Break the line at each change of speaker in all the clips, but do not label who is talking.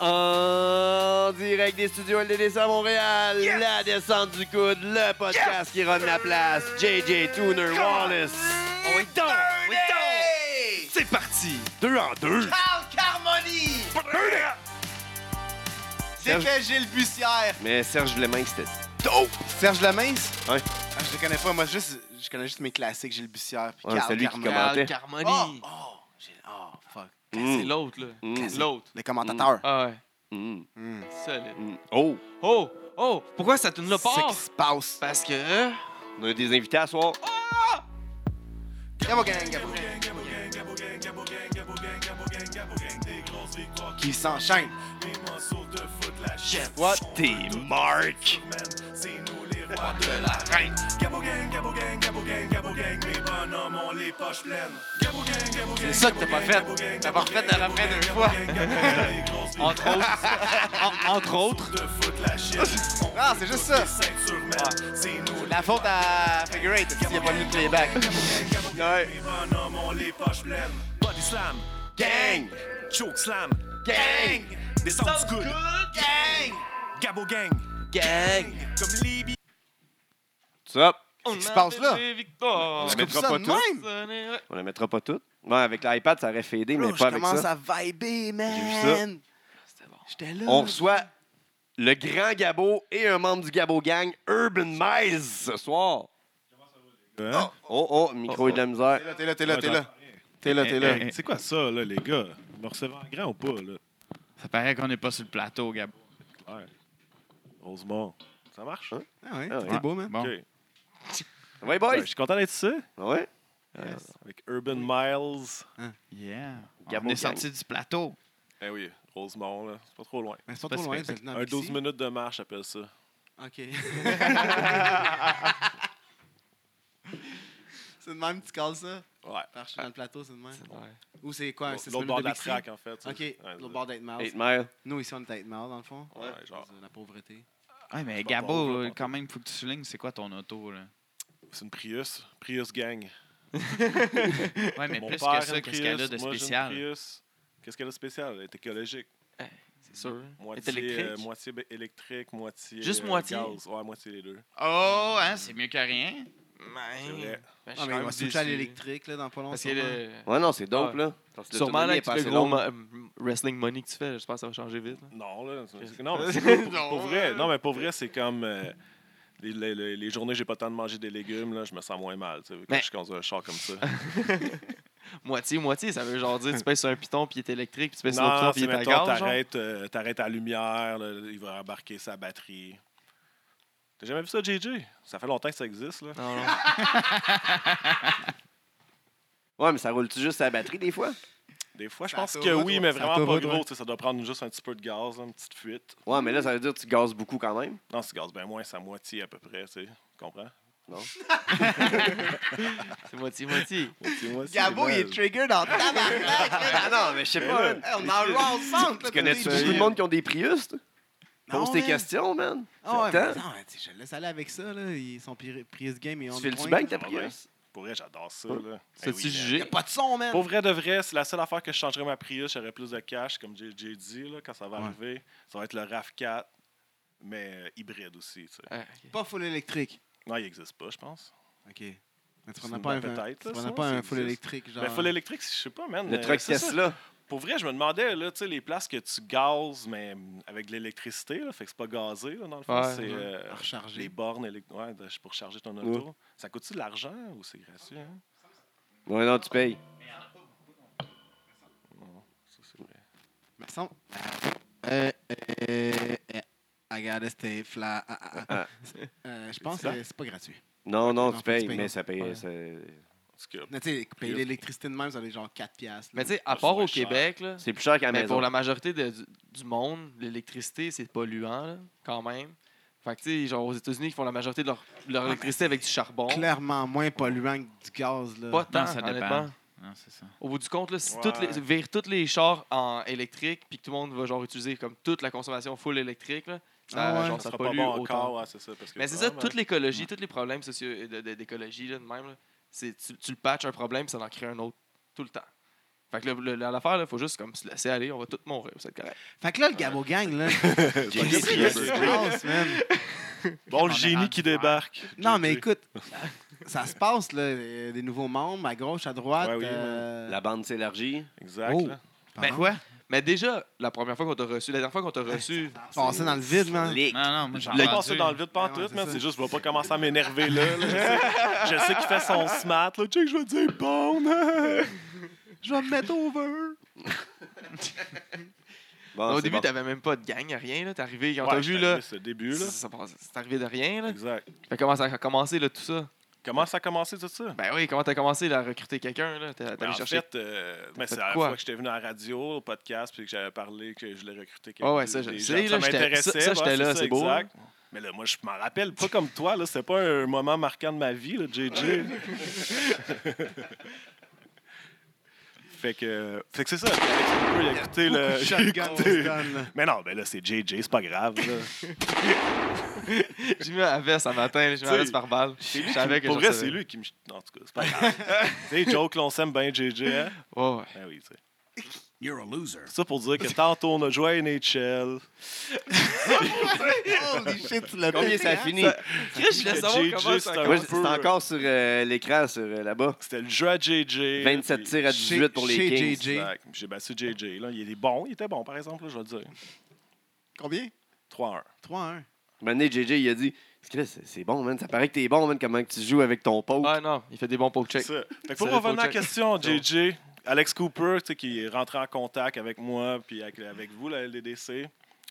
En direct des studios LDDC à Montréal,
Yes!
la descente du coude, le podcast qui rend la place, JJ Tooner Wallace. Oh,
On est dans! On est dans!
Hey!
C'est parti!
Deux en deux.
Carl Carmoni! C'est
Serge-
que Gilles Bussière!
Mais Serge Lemain, c'était
Dope! Serge Lemince?
Ouais.
Ah, je le connais pas, moi juste, je connais juste mes classiques Gilles Bussière puis
Ouais,
Carl
c'est lui qui
Carmoni.
commence. Commentait.
Carl Carmoni!
Oh! Oh! Gilles- oh, fuck.
Mm.
C'est l'autre, là.
Mm.
L'autre.
Les commentateurs.
Ah ouais,
Mm,
Mm.
solide.
mm. Oh,
Oh! Oh! Pourquoi ça tourne le
C'est
part?
qui se passe.
Parce que...
on a des invités à soir.
Gabo gang, Gabo gang. Qui s'enchaîne. Chef, what?
T'es Marc.
C'est ça que t'as pas fait. T'as pas refait de la refrain deux fois. entre autres. En- entre autres.
Non, c'est juste ça. C'est La faute à Figure 8, s'il n'y a pas mis de playback.
Ouais.
Body slam,
Gang!
choke slam,
Gang!
descente du coude,
Gang!
gabo gang,
Gang!
comme Libby.
What's up?
On
qui se passe là?
victoires.
On
Tu
la
coupes
mettra
ça
pas
de
tout.
même?
On la mettra pas toutes. Ouais, avec l'iPad, ça aurait fadé, mais pas
Bro, je
avec
commence
ça.
à vibrer,
J'ai
man.
C'était bon.
J'étais là.
On reçoit le grand Gabo et un membre du Gabo Gang, Urban Miles, ce soir.
Hein?
Oh, oh, le micro est de la misère.
T'es là, t'es là, t'es là, t'es
Ouais,
là. T'es là, t'es là.
Eh,
Hey, hey, hey, C'est quoi ça, là, les gars? Vous me recevez en grand ou pas, là?
eh, Ça paraît qu'on n'est pas sur le plateau, Gabo.
Heureusement. Ça marche?
Ah ouais,
Ah ouais.
t'es beau, man.
Bon.
OK.
Ça va,
Ouais,
boys?
je suis content d'être ici.
Ouais.
Avec Urban Miles.
Yeah.
Gabo
on est
gang.
sorti du plateau.
Eh oui, Rosemont, là. C'est pas trop loin.
Mais c'est pas trop loin, vous êtes dans
Un 12 minutes de marche, appelle ça.
OK. c'est de même que tu cales ça?
Ouais.
Marcher dans le plateau, c'est de même? Ou c'est quoi? un
L'autre
six
l'autre
minutes
bord de la
Bixi?
traque, en fait.
OK,
Ouais,
l'autre bord d'être mal.
8 miles.
Nous, ici, on est être mal, dans le fond.
Ouais, genre,
C'est La pauvreté.
Ouais, mais
Bon,
Gabo,
bon, bon,
euh,
bon.
quand même, faut que tu soulignes c'est quoi ton auto, là.
c'est une Prius. Prius gang.
Ouais, mais
Mon
plus que
père a
ça,
une
qu'est-ce qu'elle a
Prius,
de
moi, j'ai une
spécial?
Prius. Qu'est-ce qu'elle a de spécial? Elle est écologique.
C'est sûr. hein?
Moitié,
C'est électrique.
euh, moitié bé- électrique, moitié.
Juste
euh,
moitié?
Gaz. Ouais, moitié les deux.
Oh, hein, c'est mieux que rien.
C'est vrai.
Man. Ben, je suis
Ah, mais
quand
on
même
va switcher
déçu.
à l'électrique, là, dans pas longtemps.
Parce que le...
Ouais, non, c'est dope,
Ouais.
là. Parce que
Sûrement,
l'autonomie
là,
est
avec
pas
le
assez
gros
longue.
ma- m- wrestling money que tu fais, j'espère que ça va changer vite. là.
Non, là. c'est-
Qu'est-ce-
Non, mais c'est pour, pour- pour vrai. Non, mais pour vrai, c'est comme. euh, les, les- les- les journées, j'ai pas le temps de manger des légumes, là, je me sens moins mal. tu sais, Quand
Mais-
je suis dans un char comme ça.
Moitié, moitié, ça veut genre dire tu pèses sur un piton puis il est électrique, puis tu pèses sur
non,
un piton puis
c'est
il est à
mettons,
gaz. genre.
t'arrêtes, euh, t'arrêtes à la lumière, là, il va embarquer sa batterie. T'as jamais vu ça, JJ? Ça fait longtemps que ça existe, là.
Non, non.
Ouais, mais ça roule-tu juste à la batterie, des fois?
Des fois, je
Ça
pense
peut
que
route,
oui,
ouais.
mais
Ça
vraiment
peut
pas
route,
gros.
ouais.
tu sais, Ça doit prendre juste un petit peu de gaz, là, une petite fuite.
Ouais, mais là, ça veut dire que tu gazes beaucoup quand même.
Non, c'est gaz bien moins, c'est à moitié à peu près, tu sais. Tu comprends?
C'est moitié-moitié.
Moitié, moitié,
Gabo, il
là.
est trigger dans ta
Ah non, mais je sais pas.
là.
On a un round sound, là.
Tu connais-tu
pour
beaucoup
les-
de monde qui ont des Prius? toi?
Non,
Pose tes
man.
questions, man.
Ah ouais,
Attends.
mais non, mais tu sais, je le laisse aller avec ça, là. Ils sont pir- prise game et on
Tu fais
point,
le bien avec
là.
ta Prius?
Pour vrai, j'adore ça, là. Eh
T'as-tu
oui, man.
Y a
jugé?
pas de son, man.
Pour vrai de vrai, c'est la seule affaire que je changerais ma Prius, j'aurais plus de cash, comme JJ dit, là, quand ça va
Ouais.
arriver. Ça va être le RAV4, mais euh, hybride aussi, tu sais.
Ah, ok.
Pas full électrique.
Non, il existe pas, je pense.
OK. Mais tu
C'est
prenais
une
pas un,
bonne peut-être,
tu
là,
prenais
ça,
pas
ça
un full
existe.
électrique, genre.
Mais full électrique, je sais pas, man.
Le
Euh,
truck
c'est ça.
Tesla.
Pour vrai, je me demandais, là, tu sais, les places que tu gazes, mais mm, avec de l'électricité, là, fait que c'est pas gazé, là, dans le fond,
Ouais.
c'est
Ouais.
euh,
à
les
recharger.
bornes électriques ouais, de- pour charger ton auto. Ça coûte-tu de l'argent ou c'est gratuit? Hein?
Ouais, non, Ah, tu payes.
Ça, c'est vrai.
Mais ça, euh, euh, euh, I gotta stay flat. Ah, ah, ah. Euh, je pense
C'est
que c'est pas gratuit.
Non, non,
non,
tu
tu payes,
payes, mais
non.
ça paye.
Ouais.
ça-
En tout cas,
Mais tu sais, payer l'électricité de même, ça va être genre 4 piastres. là.
Mais tu sais, à
Ça,
part
c'est
au
cher.
Québec, là,
C'est plus cher qu'à la
Ah, mais
maison.
pour la majorité de- du, du monde, l'électricité, c'est polluant, là, quand même. Fait que, tu sais, genre aux États-Unis, ils font la majorité de leur,
Ah.
leur électricité avec du charbon.
clairement moins polluant que du gaz, là.
Pas tant,
ça dépend.
honnêtement.
Non, c'est ça.
Au bout du compte, là, si
Ouais.
toutes les, virent tous les chars en électrique, puis que tout le monde va genre utiliser comme toute la consommation full électrique, là, ça,
Ah ouais.
genre,
ça
ça
sera pas
pollue
bon
autant.
encore, ouais, Ah, c'est ça. Parce que
Mais c'est ça,
vraiment,
toute l'écologie, tous les problèmes euh, sociaux de- de- d'écologie, là, de même, là, c'est- tu, tu le patches un problème, ça en crée un autre tout le temps. Fait que le- le- l'affaire, il faut juste comme se laisser aller, on va tous mourir, c'est
Ben,
correct.
Fait que là, le Gabo Gang,
J'ai
là. qu'est-ce
essayé.
que se passe, man?
Bon,
On
le
est
génie
rendu
qui
ouvert.
débarque.
Non, mais
JJ.
écoute, ça se passe, là. euh, Des nouveaux membres, à gauche, à droite.
Ouais, oui,
euh,
La bande s'élargit.
Exact.
Oh.
là.
pardon.
quoi?
Mais déjà, la première fois qu'on t'a reçu, la dernière fois qu'on t'a reçu,
Passer dans le vide, man.
Lick.
Non, non, moi, j'en
Je l'ai
ai
passé dans le vide
Ouais, ouais,
pantoute,
c'est
man.
ça.
C'est juste, je vais pas commencer à m'énerver là. là. Je sais, je sais qu'il fait son smart, là. Tu sais que je vais dire bon. hein.
Je vais me mettre over.
Bon,
au
c'est
début,
bon.
t'avais même pas de gang, rien, là. T'es arrivé, quand
Ouais,
t'as
je
vu,
t'ai
là,
dit, C'est le début, là.
ça- ça passe- c'est arrivé de rien, là.
Exact.
Fait comment ça a commencé, là, tout ça?
Comment ça a commencé, tout ça?
Ben oui, comment t'as commencé là, à recruter quelqu'un, là? T'es
Ben,
allé
en
chercher.
fait, euh, ben, c'est
fait
la
quoi?
fois que j'étais venu à la radio, au podcast, puis que j'avais parlé que je l'ai recruté. que
Ouais, Ah ouais,
des-
ça, je
des
le
gens.
sais, là,
Ça
j'étais-
m'intéressait.
ça- ça,
ouais,
j'étais là, c'est beau.
exact. Mais là, moi, je m'en rappelle pas comme toi. là. C'était pas un moment marquant de ma vie, là, JJ. fait que, fait que c'est ça. Il a écouté le. j'ai
Shotgun,
écouté-
gun, là.
Mais non, ben là, c'est JJ, c'est pas grave. là.
J'ai mis la veste un matin, là, j'ai mis la
T'sais,
veste par balle. Je savais que
Pour
je
vrai,
recevais.
c'est lui qui me. Non, En tout cas, c'est pas grave. tu sais, Joke, l'on s'aime bien, JJ. Hein?
Ouais, ouais.
Ben oui, tu sais.
You're a loser.
C'est ça pour dire que tantôt, on a joué à NHL.
Holy shit, tu l'as
Combien
pété,
ça
hein?
finit?
Chris, je voulais
Que
savoir
JJ,
comment ça
c'est un-
Moi,
un
c'est
peu,
encore sur euh, l'écran, sur euh, là-bas.
C'était le jeu à JJ.
27
puis-
tirs à
Chez-
18 pour les
chez
Kings.
JJ.
Exact. J'ai battu JJ. Là. Il était bon, il était bon, par exemple, là, je vais le dire.
Combien?
3-1.
3-1.
Un moment donné, JJ, il a dit Parce que là, c'est c'est bon, man. Ça paraît que t'es bon, man, comment que tu joues avec ton pote.
Ah non, il fait des bons poke
C'est
checks.
ça. Fait que pour
C'est le
revenir à la
coach.
question, JJ, Alex Cooper, tu sais, qui est rentré en contact avec moi puis avec, avec vous, la LDDC.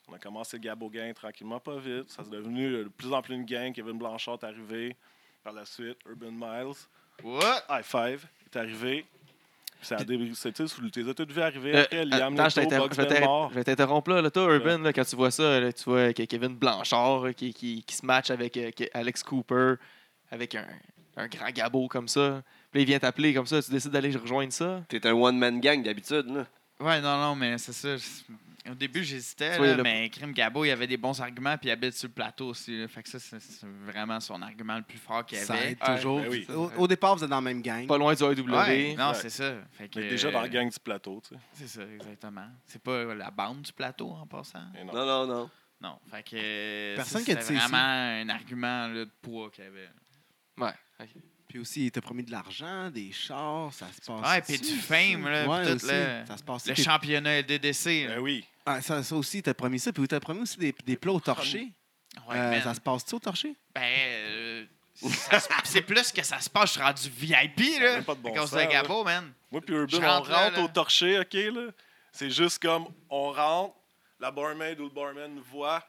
On a commencé le Gabo Gang tranquillement, pas vite. Ça s'est devenu euh, de plus en plus une gang. Kevin Blanchard est arrivé. Par la suite, Urban Miles.
What?
High Five est arrivé. Puis ça a débris. Tu sais, tu les as tous vu arriver
Euh,
après. Liam
Attends, je
Neto,
t'interromps- je vais
Bugsman
t'inter-
mort.
je vais t'interrompre là. là. Toi, Urban, là, quand tu vois ça, là, tu vois que Kevin Blanchard euh, qui, qui, qui se match avec euh, que- Alex Cooper, avec un, un grand gabot comme ça. Puis là, il vient t'appeler comme ça, tu décides d'aller rejoindre ça.
T'es un one-man gang d'habitude, là.
Ouais, non, non, mais c'est ça. c'est- Au début, j'hésitais,
Soyez
là,
là.
mais Crime Gabo, il avait des bons arguments, puis il habite sur le plateau aussi. là. Fait que ça, c'est c'est vraiment son argument le plus fort qu'il
Ça
avait.
aide toujours.
ben oui.
Au, au départ, vous êtes dans la même gang.
Pas loin du AW.
Ouais, non,
Ouais.
c'est ça. Fait que,
Mais déjà dans
euh,
le gang du plateau, tu sais.
C'est ça, exactement. C'est pas la bande du plateau en passant.
Mais
Non, non, non.
Non, fait que euh,
Personne
ça,
qui a
c'était
dit ça
vraiment un argument là, de poids qu'il y avait.
Ouais. ok.
Puis aussi, il t'a promis de l'argent, des chars, ça se passe.
Ouais, puis du fame, là, puis tout,
aussi,
là.
Ça se passe.
Le
Puis-
championnat LDDC. là.
Ben oui.
Ah, ça, ça aussi, t'as promis ça. Puis t'as promis aussi des, des plats au torché.
Ouais,
Euh,
man.
ça se passe-tu au torché?
Ben, euh, ça se- c'est plus que ça se passe, je suis rendu VIP,
Ça a
là.
même pas de bon
à cause
sens,
de
là.
Gabo, man.
Moi puis Urban,
Je
on
rentre
rentre
là, là.
au torché, OK, là. C'est juste comme, on rentre, la barmaid ou le barman nous voit,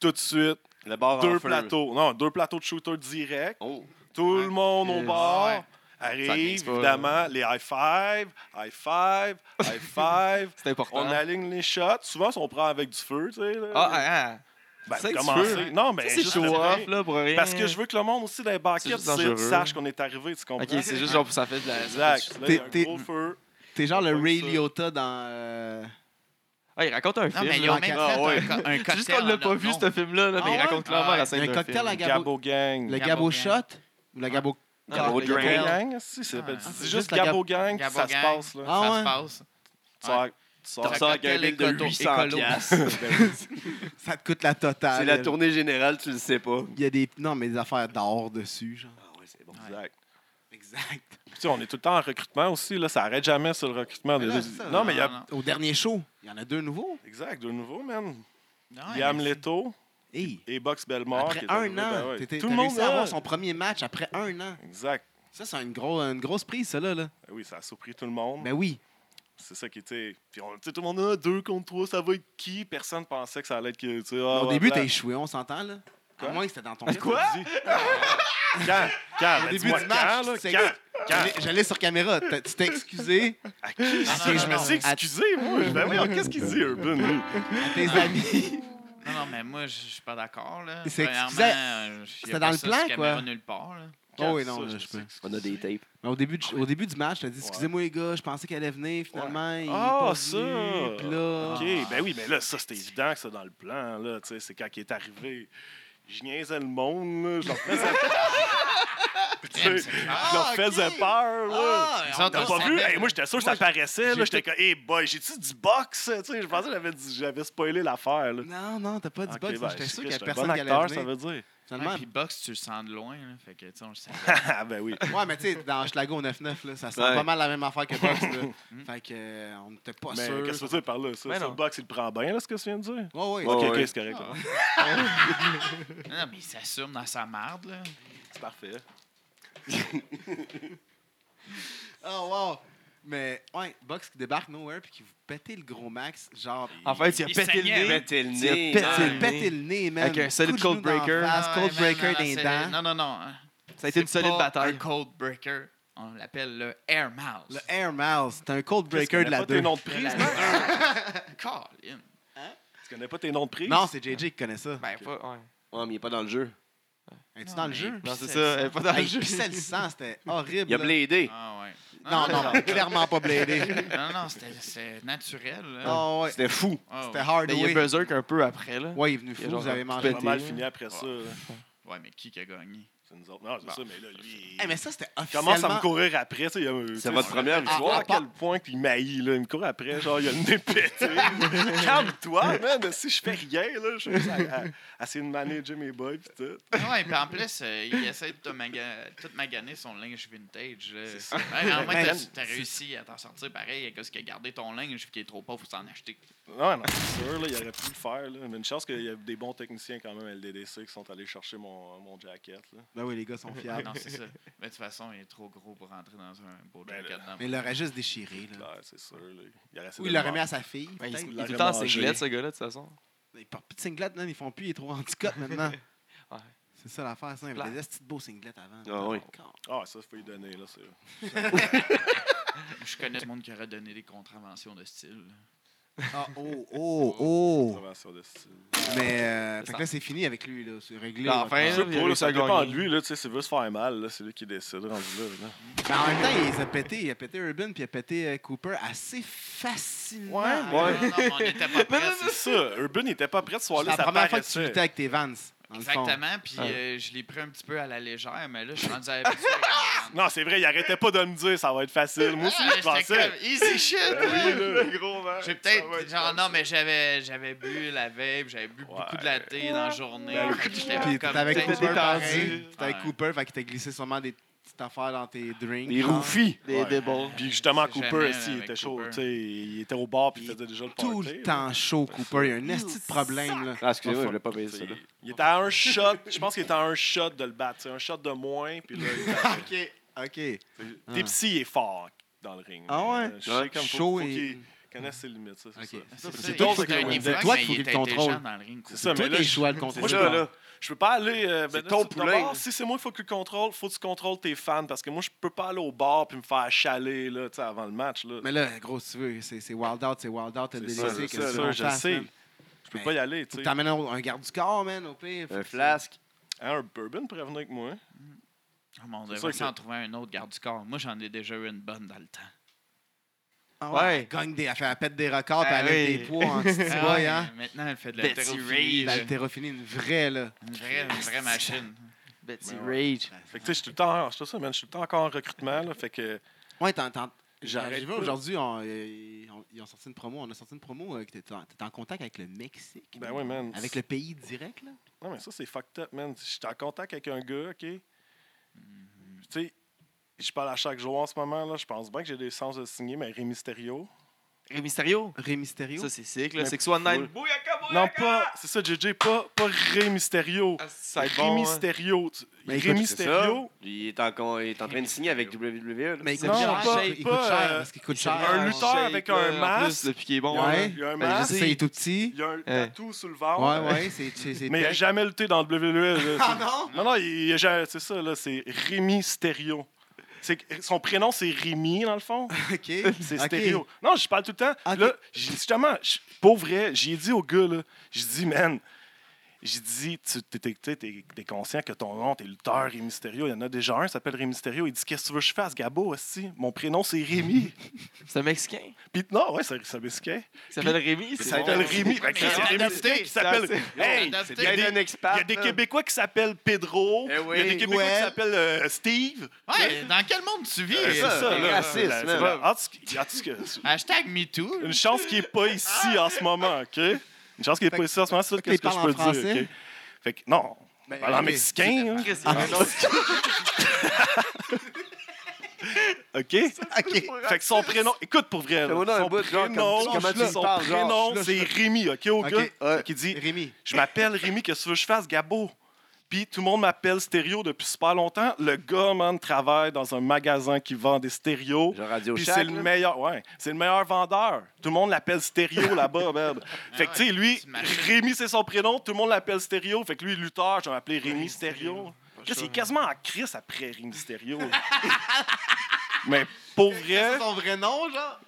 tout de suite,
Le bar en
deux
feu.
plateaux. Non, deux plateaux de shooter direct.
Oh.
Tout le monde au
Yes.
bar.
Ouais.
Ça
Arrive,
niaise pas,
évidemment, les high five, high five, high five.
C'est important.
on aligne les shots. Souvent, on prend avec du feu, tu sais. là.
Hein? Ah, ah, ah.
Ben,
c'est que tu
commencer.
veux. hein.
Non, mais
Ça, c'est
Ben, juste
show
le
off
premier.
là pour rien.
Parce que je veux que le monde aussi dans les
C'est
banquettes
juste dangereux.
sache qu'on est arrivé, tu comprends?
Ok, c'est juste genre pour ça fait de la. ça fait
Exact.
du-
Là, il y a un
T'es- t'es-
gros feu.
T'es genre le
Pas
Ray
ça.
Liotta dans. euh,
Ah, il raconte un
Non,
film.
mais ils
là.
ont même fait
Ah,
un, co- un
C'est
cocktail.
juste qu'on
en
l'a
notre
pas vu,
nom.
ce film-là, là, mais il
Ah ouais?
raconte clairement
Ah,
la
il y
scène
a un
d'un
cocktail
film.
à Gabo.
Gabo Gang.
Le
Gabo
Gabo
Gang.
Shot ou le Gabo.
Ah,
Gabo
le
Drink.
Gabo.
Gabo Gang, si, c'est
Ah,
c'est
c'est
juste
juste la
Gabo Gang,
Gabo
ça se
Gang.
passe. Là.
Ah
ça
ouais?
se passe.
Tu sors- tu
On
sors-
Ça
sort avec un
cocktail
bill de
écolo-
800
écolo.
piastres.
Ça te coûte la totale.
C'est la tournée générale, tu le sais pas.
Il y a des. Non, mais des affaires d'or dessus, genre.
Ah ouais, c'est bon.
Exact.
Exact.
Tu sais, on est tout le temps en recrutement aussi, là. ça arrête jamais sur le recrutement.
Mais
Des-
là, c'est ça.
non, mais il y a.
Non,
Au dernier show, il y en a deux nouveaux.
Exact, de nouveau, man.
Ah,
non. Non,
Liam
mais-
Leto
Hey.
et Box Belmore.
Après
qui est
un
nouveau- ben
an,
ouais.
t'étais-
Tout
t'as
le monde
réussi à
là.
avoir son premier match après un an.
Exact.
Ça, c'est une, gros- une grosse prise, ça, là. là.
Ben Oui, ça a surpris tout le monde.
Ben oui.
C'est ça qui était. Puis on, tu sais, tout le monde a deux contre trois, ça va être qui Personne pensait que ça allait être. que, tu sais, ah,
Au
ouais,
début,
bla-
t'as échoué, on s'entend, là.
Quoi?
À moins que c'était dans ton
Qu'est-ce que tu dis? Quand Quand Ben,
début
dis-moi
du
quand,
match,
là,
c'est-
Quand Quand
J'allais- J'allais sur caméra, t'as- tu t'es excusé
À qui
non, non,
Je me
non.
suis Ah, excusé, moi. Ben voyons, qu'est-ce qu'il dit, Urban lui?
à tes
Ah.
amis.
Non, non, mais moi, je je suis pas d'accord, là.
Il s'excusait.
Premièrement, euh, je- il y a
C'était
pas
dans le
ça sur
plan,
caméra
quoi.
nulle part, là.
Oh oui,
Ça,
non,
je
je
sais.
peux.
On a des tapes.
Mais au début, du- au début du match, t'as dit Excusez-moi, les gars, je pensais qu'elle allait venir, finalement. il est
Ah,
pas
ça!
venu. Puis là.
OK, ben oui, mais là, ça, c'était évident que c'est dans le plan, là. Tu sais, c'est quand il est arrivé. je niaisais le monde, là. Je leur faisais Tu sais, je leur
Ah,
faisais
ok.
peur, là.
Ah,
Ça,
on
T'as
le
pas vu?
savait.
Hey, moi, j'étais sûr que ça paraissait. là. J'étais comme, hey boy, j'ai-tu du box? Tu sais, je pensais que j'avais dit- j'avais spoilé l'affaire. là.
Non, non, t'as pas dit
Ok,
box.
ben,
J'étais sûr
Chris,
qu'il y a
j'étais un
personne
bon
qui allait
acteur, ça
venir.
veut dire.
Finalement,
Ah, puis Box, tu le sens de loin. Là. Fait que, tu sais, on le savait.
Ah, ben oui.
Ouais, mais tu sais, dans Schlago 99, là, ça sent
Ouais.
pas mal la même affaire que Box. Là. fait que, euh, on n'était pas
Mais
sûr.
qu'est-ce que tu veux dire par là?
Mais
Ça, ça,
non.
le box, il le prend bien, là, ce que tu viens de dire?
Ouais, ouais.
Ok,
Ouais,
ok,
ouais.
c'est correct. là.
non, non, mais il s'assume dans sa marde, là.
C'est parfait.
Oh, wow. Mais, ouais, Box qui débarque nowhere puis qui vous pétez le gros max. Genre,
En fait, il a
Il
pété le
saignait.
nez.
Mettez le
Tu as
nez.
pété
Ah,
le
il pétez le nez, man.
Avec un solide
Coup de genou
cold breaker.
d'en face,
Ah,
Cold
ouais,
breaker
man, non,
des
c'est-
dents.
Non, non, non. hein.
Ça a été une
C'est
solide
pas
bataille.
Un cold breaker. On l'appelle le air mouse.
Le Air Mouse, c'est un cold
Chris,
breaker de
tu connais
la
pas tes
2.
noms de
Le-
prise, man?
Colin.
Tu connais pas tes noms de prise?
Non, c'est JJ qui connaît ça.
Ben, pas, ouais.
Ouais, Ah, mais il est pas dans le jeu.
Es-tu
Non,
dans le
mais
jeu?
Non, c'est
Pissait
ça.
le
elle est
sang.
pas dans le
Hey,
jeu.
il pissait le sang, c'était horrible.
Il a
là.
blédé.
Ah, ouais.
Non, non, non, clairement pas blédé.
Non, non, c'était- c'est naturel. là.
Oh, ouais.
C'était fou.
Ah,
C'était
ouais.
hard
Mais il y a
way.
Berserk un peu après, là.
Ouais, il est venu
Il a
fou,
genre
vous avez
tout
mangé.
J'ai
pété.
pas mal fini après ça. là.
Ouais, mais qui qui a gagné?
C'est nous autres. Non, c'est
Bon.
ça, mais là, lui.
Eh, mais ça, c'était
Il commence à
officiellement...
me courir après, tu sais. il y a- tu sais,
C'est votre première
Je
victoire.
vois à quel point qu'il m'haït, là. Il me court après, genre, il a le nez pété. Calme-toi, man. Si je fais rien, là, je suis juste à, à- à essayer de manager mes boys, pis tout.
Ah, Ouais, puis en plus, euh, il essaie de te maga- tout maganer son linge vintage. là. Ouais, en
Mais-
même temps, t'as réussi à t'en sortir pareil avec ce que garder ton linge qui est trop pauvre, faut s'en acheter.
Non, non, c'est sûr, là, il aurait pu le faire, là. Mais une chance qu'il y a des bons techniciens, quand même, à LDDC, qui sont allés chercher mon, mon jacket, là.
Ben oui, les gars sont fiables.
Ah Non, c'est ça. Mais de toute façon, il est trop gros pour rentrer dans un beau
Ben,
jacket.
là.
dans-
Mais il l'aurait juste déchiré.
Bah,
Là.
Clair, c'est sûr, là. Il aurait essayé
Ou
de
il l'aurait
me-
mis à sa fille.
Ouais, il,
peut-être.
il
l'a
est tout le temps en
mangé.
singlet, ce gars-là, de toute façon.
Il porte plus de singlet, man. Ils font plus, il est trop handicap maintenant.
Ouais.
C'est ça l'affaire, ça. Il y avait
Plat.
des petites beaux singlets avant.
Ah oui.
Ah, ça, faut lui donner, là. c'est-
Je connais du monde qui aurait donné des contraventions de style.
Ah, oh, oh, oh.
Convention de style.
Mais euh, fait
C'est ça.
que là, c'est fini avec lui. là. C'est réglé.
Là,
votre
enfin,
Je
affaire.
là. il a
sais pas, là,
réussi
ça
à
dépend
gagner.
de lui, là, tu sais, s'il veut se faire mal, là, c'est lui qui décide, rendu là. là.
Mais Ben, en même temps, il les a pété. Il a pété Urban puis il a pété euh, Cooper assez facilement.
Ouais,
hein.
Ah, Non, non, mais on était pas prêts.
C'est ça, Urban, il était pas prêt ce
C'est
soir-là,
la
ça
première fois que tu
paraissait.
luttais avec tes Vans. dans le fond.
Exactement, puis
Ouais.
euh, je l'ai pris un petit peu à la légère, mais là, je suis rendu habitué.
Non, c'est vrai, il arrêtait pas de me dire ça va être facile. Moi aussi,
Ah,
je
j'étais
pensais.
comme, easy shit! là.
Le gros man.
J'ai peut-être. Genre, non, mais j'avais, j'avais bu la veille, puis j'avais bu beaucoup de latte dans la journée.
Ouais.
fait que j'étais
Puis
comme-
t'étais avec
t'es
Cooper,
détendu.
pareil. T'étais avec
Ouais.
Cooper, fait qu'il t'a glissé sûrement des petites affaires dans tes drinks.
Les
genre.
roufies.
Des
Ouais.
des balls.
Puis justement,
C'est jamais
Cooper, aussi, il
avec
était chaud.
Cooper.
tu sais, Il était au bar, puis il
Il
faisait déjà le party.
Tout le
là.
temps chaud, Cooper. Il y a un esti de problème, là.
Ah, excusez-moi, je voulais pas payer ça.
Il
Là.
il était à un shot, je pense qu'il était à un shot de le battre. tu sais, Un shot de moins, puis là, il
OK.
était-
OK. Ah.
Dipsy il est fort dans le ring.
Ah ouais?
Je sais comme faut,
Chaud
faut
et-
qu'il connaisse ses limites. ça, C'est
Ok.
ça.
C'est
C'est
ça,
toi
il-
qui
c'était
le
un
contrôle.
ivrogne,
Toi
mais
qui
il
le
était
contrôle.
intelligent dans le ring.
C'est
quoi.
ça, mais
Toi,
là,
t'es
je-
chaud à le
moi, je
contrôler.
peux, là, je peux pas aller. euh,
C'est
ben là,
ton
sur le
poulet.
bar, Si c'est moi, il faut que tu le contrôles. faut que tu contrôles tes fans. Parce que moi, je peux pas aller au bar puis me faire chaler là, tu sais, avant le match. Là.
Mais là, gros, si tu veux, c'est c'est wild out, c'est wild out, t'as
C'est
des
ça,
essais,
c'est
qu'est-ce
ça,
qu'on
je
fasse,
sais.
man?
je peux
mais
pas y aller.
Faut
tu
que
sais.
t'amènes un un garde du corps, man, au pire. Faut
Un
que-
flasque.
Hein, un bourbon pour venir avec moi. hein.
Ah, mais On
sûr
devrait s'en
que-
trouver un autre garde du corps. Moi, j'en ai déjà eu une bonne dans le temps.
Ah
Ouais.
ouais. Gagne des... Elle fait la pète des records, puis
Ah
elle lève
oui.
des poids en petit
Ah
boy,
ouais,
hein.
Maintenant, elle fait de
Betty
l'haltérophilie. là.
L'haltérophilie, une vraie, là.
Une vraie, une vraie machine.
Betty
Ouais,
Rage.
Fait que tu sais, je suis tout le temps. c'est ça, man, Je suis tout le temps encore en recrutement. Là, fait que.
Ouais, t'entends.
J'arrête
J'ai vu
pas.
aujourd'hui, on- euh, on- ils ont sorti une promo. On a sorti une promo euh, que t'étais en, t'étais en contact avec le Mexique.
Ben oui, man.
Avec le pays direct, là.
Non, mais ça, c'est fucked up, man. J'étais en contact avec un gars, OK? Tu sais, je parle à chaque jour en ce moment, là. Je pense bien que j'ai des sens de signer, mais Ré Mysterio.
Rey Mysterio.
Ré Mysterio.
Ça, c'est sick, là.
Mais-
619.
Non, pas. C'est ça, JJ, pas, pas Ré Mysterio.
Ah, Ça va être
Rey
bon. hein.
Mysterio. tu-
Mais
Rey
écoute, c'est
C'est ça.
Mysterio.
Il est, en, con- il est en train de signer avec WWE. Là.
mais il coûte
Non,
cher.
pas-
il coûte
pas,
cher
euh,
parce qu'il coûte
C'est
cher.
un lutteur
shake,
avec
là,
un
en plus,
masque.
Depuis qu'il est bon.
Il y a un-
ouais.
Il y a un
Ben,
Je
masque.
sais, il est tout petit.
Il y a un tatou sur le ventre.
Ouais, ouais, c'est. c'est- c'est
Mais il a
tech.
jamais lutté dans le WWE. là.
Ah non?
non, non, il, il a jamais- c'est ça, là. C'est Rémi Mysterio. C'est que- Son prénom, c'est Rémi, dans le fond.
Ok.
C'est
Ok.
stéréo. Non, je parle tout le temps.
Ok.
Là, j'ai- justement, je- pour vrai, j'ai dit au gars, là, j'ai dit, man, J'ai dit, tu es, conscient que ton nom, t'es lutteur, Rémi Mysterio. Il y en a déjà un, il s'appelle Rémi Mysterio. Il dit, qu'est-ce que tu veux que je fasse, Gabo, aussi? Mon prénom, c'est Rémi.
C'est un Mexicain.
Puis non, ouais, c'est c'est un Mexicain.
Il s'appelle Rémi.
ça
c'est
Il s'appelle
bon.
Rémi. Fait que
Ils
C'est
ont
Rémi
adapté,
Mysterio qui
ça,
s'appelle...
c'est-
Hey,
Ils ont adapté.
il y a des-
un expat.
il y a des
là.
Québécois qui s'appellent Pedro.
Eh oui.
Il y a des Québécois
Noël.
qui s'appellent euh, Steve.
Ouais, dans quel monde tu vis?
C'est
ça,
ça,
le
là.
racisme,
C'est
là.
la- en tout cas- en tout cas,
Hashtag MeToo.
Une chance qu'il n'est pas ici en ce moment, OK? Une chance qu'il n'est pas ici en ce moment, c'est tout
Fait
ce
que
que
tu
je peux
parles en français? Eh,
dire. OK? Fait que non,
Ben,
parle en
ok.
mexicain. hein.
Chris, il y a un autre-
OK? Fait
OK.
que son prénom, écoute pour vrai, là.
Fais-moi donc un
son
bout, genre,
prénom,
comme- comment tu
son
parles, genre,
prénom,
je suis
c'est
là,
Rémi, OK, au
OK,
gars?
ouais.
Fait qu'il dit,
Rémi.
je m'appelle Rémi, qu'est-ce que tu veux que je fasse, Gabo? Puis tout le monde m'appelle stéréo depuis super longtemps. Le gars, man, travaille dans un magasin qui vend des stéréos.
Genre Radio
Puis
Shack,
c'est le
là.
meilleur, ouais, c'est le meilleur vendeur. Tout le monde l'appelle Stéréo là-bas, man. Fait que tu sais, lui,
Tu m'achètes.
Rémi c'est son prénom, tout le monde l'appelle Stéréo. Fait que lui, lutteur, je vais m'appeler Rémi Stéréo. Chris, il est quasiment en crise après Rémi Stéréo. Mais pour vrai,
C'est son vrai nom, genre?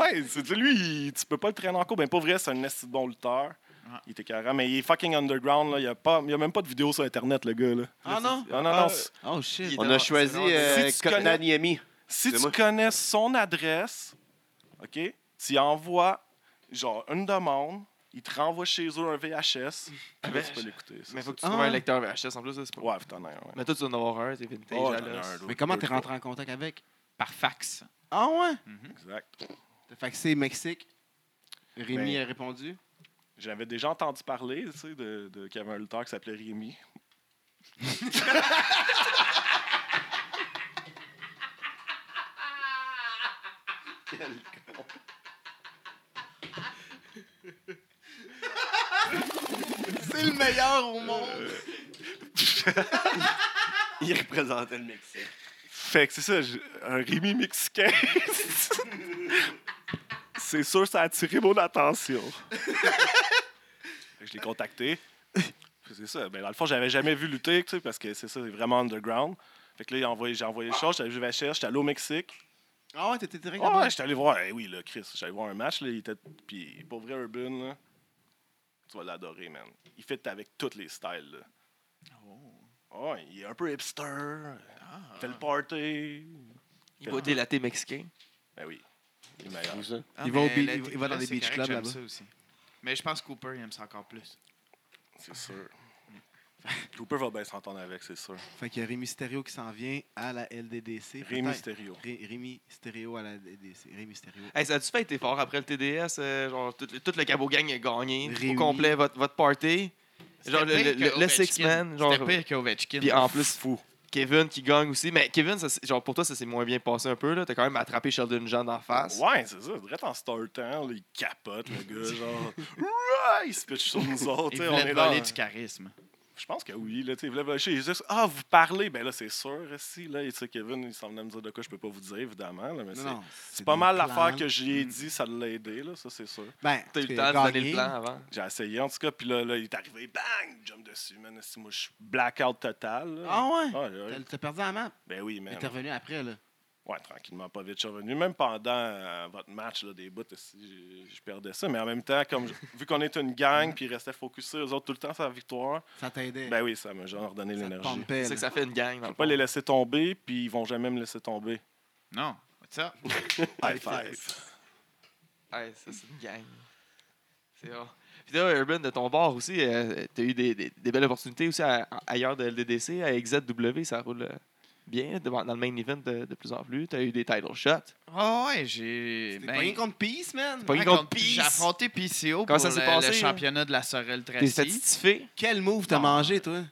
ouais, c'est lui, il- tu peux pas le traîner en cours. Ben pour vrai, c'est un esti de bon lutteur.
Ouais.
Il était carré, mais il est fucking underground là. Il y a pas, il y a même pas de vidéo sur internet le gars là.
Ah non?
Ah, non, non, si-
Oh, shit.
On a choisi
Si
euh,
tu connais-
Kotna Niemi.
Si tu
Excusez-moi.
connais son adresse, OK, tu y envoies genre une demande, ils te renvoient chez eux un VHS. puis là, tu peux l'écouter. ça.
Mais faut que tu
Ah.
trouves un lecteur VHS en plus, là, c'est pas.
Ouais, putain, ouais.
Mais toi, tu dois en avoir un, t'es vintage.
Oh,
à
t'en as
l'os.
un, l'autre.
Mais comment t'es rentré en contact avec?
Par fax.
Ah, ouais?
Exact.
T'as faxé Mexique. Rémi
Ben-
a répondu.
J'avais déjà entendu parler, tu sais, de, de- qu'il y avait un lutteur qui s'appelait Rémi.
C'est le meilleur Ah, au monde!
Euh.
Il représentait le Mexique.
Fait que c'est ça, j'ai- un Rémi mexicain. c'est sûr, ça a attiré mon attention. Fait que je l'ai contacté. Puis C'est ça. Ben, dans le fond, j'avais jamais vu lutter, tu sais, parce que c'est ça, c'est vraiment underground. Fait que là, il a envoyé- j'ai envoyé le choses, j'avais vu Vachère, j'étais allé au Mexique.
Ah ouais, t'étais direct
Ah
là-bas.
ouais, j'étais allé voir, eh oui, là, Chris, j'étais allé voir un match, là, il était. Puis, pour vrai, Urban, là, tu vas l'adorer, man. Il fit avec tous les styles, là. Oh. Ouais, il est un peu hipster, il fait le party.
Il va délater mexicain.
Ben oui, il est meilleur.
Il va au bi- il va- il va dans des beach clubs là-bas.
Mais je pense que Cooper, il aime ça encore plus.
C'est sûr. Cooper va bien s'entendre avec, c'est sûr.
Fait qu'il y a Rémi Stéréo qui s'en vient à la LDDC. peut-être.
Rémi Mysterio.
Ré- Rémi Stéréo à la LDDC. Rémi Stéréo.
Hey, ça a-tu fait été fort après le TDS? euh, genre, tout, tout le Cabo Gang a gagné.
Réuni.
Au complet, votre, votre party. Genre, le, le, le- le Six Man. Genre,
C'était pire qu'Ovechkin.
puis en plus,
Fou.
Kevin qui gagne aussi. Mais Kevin, ça, c'est- genre, pour toi, ça s'est moins bien passé un peu. là. T'as quand même attrapé Sheldon Jean d'en face.
Ouais, c'est ça. Direct en startant, là, il capote, le gars, genre. Ouah, il se pitch sur nous autres.
Il
tu sais,
voulait
on est
te voler
dans-
du charisme.
Je pense que oui, là, tu sais, il voulait voler. Il juste, ah, vous parlez. Ben là, c'est sûr, si, là, et tu sais, Kevin, il s'en venait me dire de quoi je peux pas vous dire, évidemment, là, mais c'est. C'est pas mal l'affaire que j'ai
Mm.
dit, ça l'a aidé, là, ça, c'est sûr.
Ben,
T'as eu
tu
le
as
temps de donner
gagné.
le plan avant.
J'ai essayé, en tout cas, puis là, là, il est arrivé, bang, jump dessus, man. esti, Moi, je suis blackout total. là.
Ah ouais?
Ah, là,
T'as- T'as perdu la map.
ben oui,
Mais
man.
t'es revenu après, là.
Ouais, tranquillement, pas vite. Je suis revenu. Même pendant euh, votre match, là, des bouts, si, je, je perdais ça. Mais en même temps, comme je- vu qu'on est une gang puis ils restaient focusés, eux autres, tout le temps sur la victoire,
Ça t'aidait.
ben oui, ça m'a genre redonné
ça te
l'énergie.
pompait,
C'est
là.
que ça fait une gang. dans
Je
le
peux pas
fond.
les laisser tomber, puis ils vont jamais me laisser tomber.
Non. What's up?
High five.
Ouais, ça, c'est une gang. C'est bon. Puis là, Urban, de ton bord aussi, euh, t'as eu des, des- des belles opportunités aussi à- à- ailleurs de LDDC, à XZW, ça roule euh, bien devant- dans le main event de, de plus en plus. T'as eu des title shots.
Ah ouais, j'ai.
T'es
ben,
pas rien contre Peace, man.
Pas- pogné
ouais,
contre
contre-
Peace.
J'ai affronté PCO
Comment
pour
ça
le,
s'est
le
passé, là?
championnat de la Sorel
T'es
Tracy.
satisfait?
Quel move t'as
Non.
mangé, toi?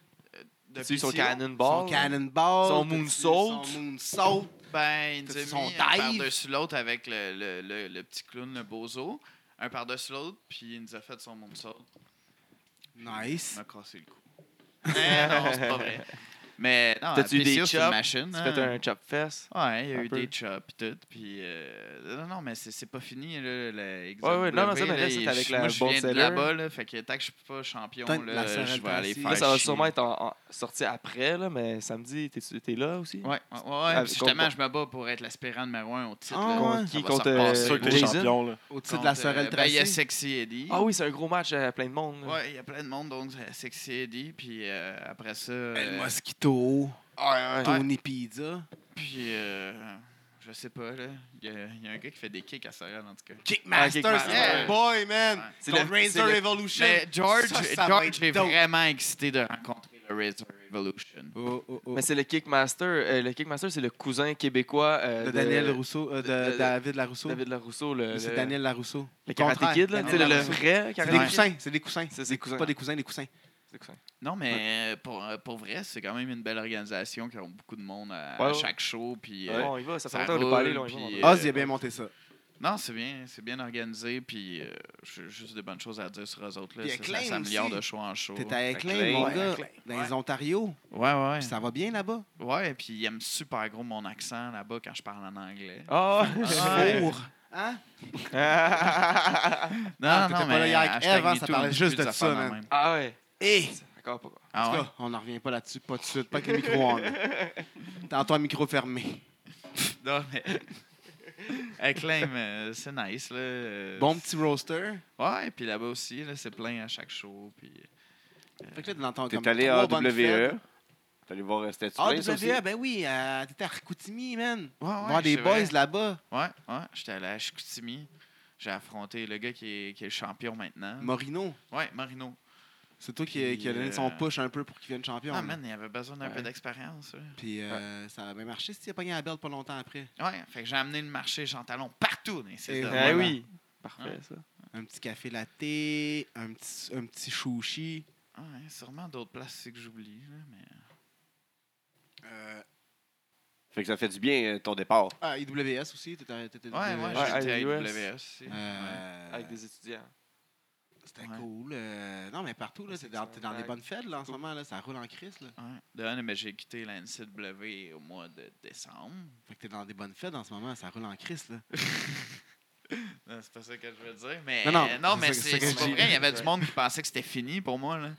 T'as eu
PCO?
son
Son
cannonball. hein.
cannonball.
Son
t'as-tu-
moonsault.
Son moonsault.
Ben, il nous
T'as
a
son
mis
dive.
un par-dessus l'autre avec le, le, le, le petit clown, le bozo. Un par-dessus l'autre, puis il nous a fait son moonsault.
Nice.
Il m'a cassé le cou. Mais non, Eh c'est pas vrai. Mais non,
T'as-tu eu des
PCO, c'est une
chops?
machine.
Tu
hein.
fais un chop fest.
Ouais, il y a
un
eu
peu.
des chops et tout. Puis, euh, non, non, mais c'est c'est pas fini. Là, la XWB,
Ouais, ouais, non, non, ça, mais là, c'est
il-
avec la
moi, je
bonne
viens de
seller.
là-bas. Là, fait que tant que je suis pas champion,
Tant que
là,
la Sarah
je vais aller
Tassi-
faire.
Là, ça va
chier.
sûrement être en- en- sorti après, là, mais samedi, t'es- t'es là aussi?
Ouais, ouais, ouais.
Ah,
justement,
contre-
je me bats pour être l'aspirant numéro un au titre.
Ah,
là.
ouais.
Ça
Qui
va se
contre, euh,
repasser,
C'est sûr que
là.
t'es
Jason?
champion, là.
Au-dessus de
Contre,
la Sorel
euh, ben, Il y a
Tracy.
Sexy Eddie.
Ah oui, c'est un gros match à plein de monde. là.
Ouais, il y a plein de monde, donc euh, Sexy Eddie. Puis euh, après ça.
El
euh,
Ben, Mosquito,
ouais, ouais.
Tony Pizza.
Puis, euh, je sais pas, là. Il y, a- il y a un gars qui fait des kicks à Sorel, en tout cas.
Kickmaster,
Kickmaster,
c'est mon
ouais.
boy, man.
Ouais.
C'est
Contre
le- c'est
Razor
le-
Revolution.
Mais George,
Ça, ça va
George
être
est
dope.
vraiment excité de rencontrer le Razor Revolution.
Oh, oh, oh.
Mais c'est le Kickmaster. euh, le Kickmaster, c'est le cousin québécois euh,
De Daniel Rousseau, euh, de,
de- de-
David Larousseau.
David euh, Larousseau, le,
Ou C'est
le-
Daniel Larousseau.
le karaté
Contraire,
kid, là, tu sais,
Daniel
le, le
Larousseau.
vrai
C'est
karaté
des
Ouais.
kid.
coussins, c'est des coussins.
C'est- c'est
Des-
cousin.
Pas des cousins, des coussins.
C'est cousin.
Non, mais euh, pour, euh, pour vrai, c'est quand même une belle organisation qui a beaucoup de monde à, à
Ouais, ouais.
chaque show. Puis, euh,
Bon, il va, ça fait
Ça
longtemps qu'on est pas allé, là, on
roule,
y va, on
puis,
va.
euh,
Oz, il a Ah, bien monté ça.
Non, c'est bien, c'est bien organisé. Puis, euh, j'ai juste des bonnes choses à dire sur eux autres. Là.
Puis
Ça, ça
Acclaim
s'améliore
aussi.
de show en show.
T'es à Eclain,
Eclain,
mon
ouais,
gars,
Eclain.
dans les Ontario.
Ouais, ouais.
Puis Ça va bien là-bas.
Ouais, puis il aime super gros mon accent là-bas quand je parle en anglais.
Ah!
Ouais.
Four. Hein?
Non,
Ah,
non,
t'étais
mais
pas là hier avec
hashtag
Eve, hein, ça
MeToo,
parlait
on dit
juste
plus
de
des
ça,
affaires
man.
même.
Ah ouais!
Et
D'accord, pas grave.
Ah ouais?
Eh, on n'en revient pas là-dessus, pas de suite, pas avec le micro-ondes. T'entends un micro fermé.
Non, mais. Acclaim, euh, c'est nice, là. Euh,
Bon petit roaster.
Ouais, puis là-bas aussi, là, c'est plein à chaque show. Puis...
Fait que là, l'entends
T'es
comme
allé à E.
trois bonnes
WWE.
fêtes.
T'es allé voir euh, Statue
Ah,
Place
E,
aussi.
WWE, ben oui, euh, t'étais à Chicoutimi, man.
Ouais, ouais,
Voir des
c'est
boys
vrai.
là-bas.
Ouais, ouais, j'étais allé à Chicoutimi. J'ai affronté le gars qui est, qui est le champion maintenant.
Morino,
ouais, Marino.
c'est toi qui, qui a donné
Puis,
son
euh,
push un peu pour qu'il devienne champion.
Ah,
là.
man, il avait besoin d'un peu d'expérience. là.
Puis euh, ça a bien marché si tu as pogné la belle pas longtemps après.
Ouais, fait que j'ai amené le marché Jean Talon partout dans les
Et
saisons.
voilà.
Ah oui! Parfait, ça.
Un petit café latte, un petit, un petit chouchi.
Ouais, sûrement d'autres places c'est que j'oublie. là, Mais...
Euh,
Fait que ça fait du bien euh, ton départ.
ah, IWS aussi, t'étais à- t'étais
Ouais, moi,
IWS.
Ouais,
j'étais à
AWS.
AWS. aussi.
Euh,
Avec des étudiants.
C'était
Ouais.
cool. euh, non, mais partout, là, t'es dans, t'es dans des
Exact.
bonnes fêtes, là, en ce moment, là, ça roule en crise, là.
Ouais. De un, mais j'ai quitté la NCW au mois de décembre.
Fait que t'es dans des bonnes fêtes en ce moment, ça roule en crise, là.
Non, C'est pas ça que je veux dire. Mais
Non,
non,
non, c'est
mais
ça- c'est
c'est
ça que
c'est pas
je dis.
vrai. Il y avait du monde qui pensait que c'était fini pour moi. Là.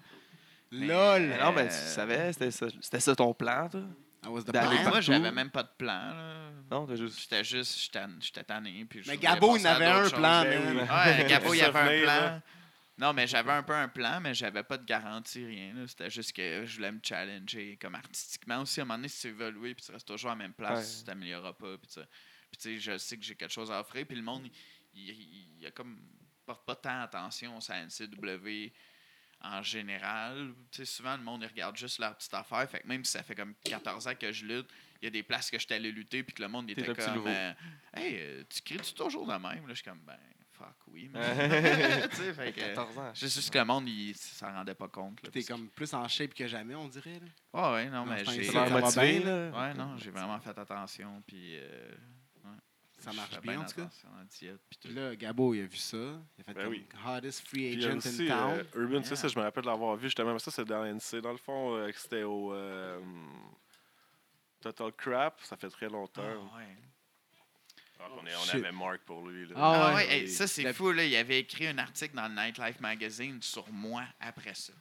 Mais- euh,
LOL!
Mais non, mais tu savais, c'était ça, c'était ça ton plan, toi?
I was the
d'aller
plan.
Mais moi,
partout.
j'avais même pas de plan. là.
Non, t'as juste.
J'étais juste. j'étais tann- J'étais tanné. Puis je
Mais
voulais
Gabo,
passer
il
à
avait
d'autres
un
choses.
plan,
Ben
man.
oui.
Ouais, Gabo, il avait un
Souvenir,
plan.
là.
Non, mais j'avais un peu un plan, mais j'avais pas de garantie, rien. là. C'était juste que je voulais me challenger comme artistiquement aussi. À un moment donné, si tu évolues puis tu restes toujours à la même place,
Ouais.
tu t'amélioreras pas. Puis tu puis tu sais, je sais que j'ai quelque chose à offrir. Puis le monde, il, il- il a comme porte pas tant attention à NCW en général. Tu sais, souvent, le monde, il regarde juste leur petite affaire. Fait que même si ça fait comme 14 ans que je lutte, il y a des places que j'étais allé lutter puis que le monde il
T'es
était
un petit
comme
nouveau.
euh, Hey, euh, tu cries-tu toujours de même? » Là, je suis comme « Ben, fuck, oui. mais- » Tu sais, fait que... euh,
14 ans.
C'est juste que le monde, il s'en rendait pas compte. là,
T'es
parce que-
comme plus en shape que jamais, on dirait, là.
Ouais, ouais,
Non,
non, mais
c'est un
j'ai...
insecte.
Ça m'a
Ça va
motivé,
bien,
là.
Ouais, non, j'ai vraiment fait attention, puis... euh,
Ça
je
marche
fais
bien, en tout cas.
attention à la diète, puis tout.
Puis là, Gabo, il a vu ça. Il a fait
Ben
comme
oui.
hottest free
Puis il y a
agent
aussi,
in town.
euh, Urban, tu sais,
Yeah.
ça, je me rappelle de l'avoir vu justement. mais Ça, c'est dans l'NC. Dans le fond, euh, que c'était au euh, Total Crap. Ça fait très longtemps.
Ah, ouais.
Ah, on, est-
Oh, Shit.
on avait Mark pour lui. Là.
Ah
Ah
ouais,
ouais, hey,
Et-
ça c'est
La-
fou, là. Il avait écrit un article dans le Nightlife Magazine sur moi après ça.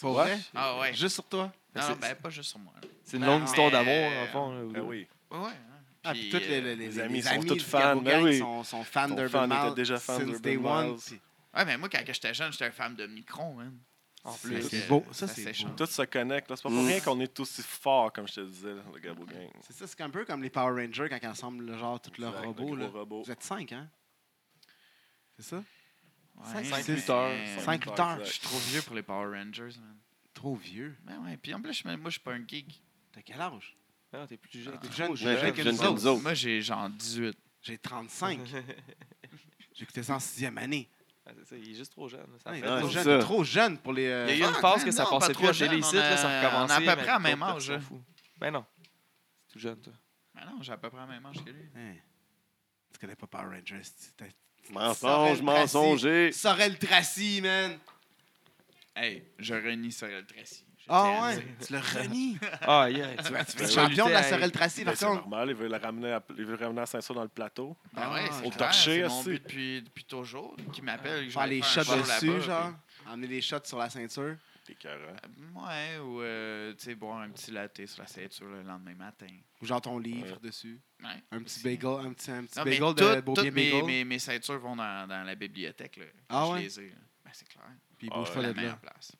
Pour
Ouais.
vrai?
Ah ouais.
Juste sur toi?
Non,
c'est-
non, ben pas juste sur moi. là.
C'est une
Non,
longue histoire
mais-
d'amour, en fond. là, ou
Ah
deux.
oui.
Ouais, ouais. hein.
Ah, puis tous les,
euh,
les, les,
les
les
amis
amis,
sont tous
du
fans,
Gabo
ben
Gang
oui.
sont, sont fans
Ton
d'Urban
fan était
Miles
déjà fan
since
d'Urban
day one.
Miles.
puis-
Ouais, mais moi, quand j'étais jeune, j'étais un fan de micro, man.
En
Fait
plus.
que,
C'est beau, euh, ça, c'est
s'échange.
Tout se connecte. là. C'est pas pour rien qu'on est aussi fort, comme je te disais, là, le Gabo Gang.
C'est ça, c'est un peu comme les Power Rangers quand ils assemblent le genre tout leur
Exact,
robot.
le
Là.
gros robot.
Vous êtes cinq, hein? C'est ça?
Ouais, euh,
Cinq
mais-
lutteurs.
mais-
Cinq lutteurs.
Je suis trop vieux pour les Power Rangers, man.
Trop vieux.
Ben ouais, puis en plus, je- moi, je suis pas un geek.
T'as quel âge?
Non, t'es plus
T'es
jeune. t'es
plus
plus
jeune,
trop
jeune
jeune.
que
jeune
nous
que nous
autres.
autres.
Moi, j'ai genre 18.
J'ai 35. J'écoutais ça en sixième année.
Ah, c'est ça, il est juste trop jeune. là, ça
Ah, il
fait
est trop
longtemps.
c'est
jeune,
ça.
trop jeune pour les. euh,
Il y a eu une
Ah,
phase
non,
que ça
non,
passait
pas
plus à
trop jeune,
télé ici,
on
là,
a-
ça recommençait.
on a à peu
mais
près le
d'autres
même âge,
personnes,
hein.
fou. Ben non. C'est tout jeune, toi.
Ben non, j'ai à peu près le même âge que lui.
hein. Tu connais pas Power Rangers? tu- t'as-
Mensonge,
Sorel
mensonger.
Tracy. Sorel Tracy, man!
Hey, je renie Sorel Tracy. J'ai
Ah
Tiens,
ouais, tu le renies.
Ah, yeah.
tu vas- tu vas
Ben,
être
je
champion de la
luttais à-
Sorel Tracy,
Ben,
par
c'est
contre.
normal, il veut le ramener à, il veut ramener à Saint-Saul dans le plateau.
Ben ouais, c'est Ah,
Au
clair,
torcher,
c'est mon
aussi.
but depuis, depuis toujours. Qui m'appelle. que
Faire
j'aille
les
faire un
shots
show là-bas,
dessus, genre.
puis-
Emmener les shots sur la ceinture.
T'es carré.
Ouais, ou euh, tu sais, boire un petit latte sur la ceinture le lendemain matin.
Ou genre ton livre
Ouais.
dessus.
Ouais.
Un petit
Aussi.
bagel, un petit, un petit
Non, mais
bagel de
toutes-
beau
toutes
bien
mes,
bagel.
mes, mes ceintures vont dans, dans la bibliothèque. Là.
Ah
Je
ouais?
les ai. là. Ben, c'est clair.
Puis
Ah
bouge
ouais.
pas
C'est la
de là.
meilleure place.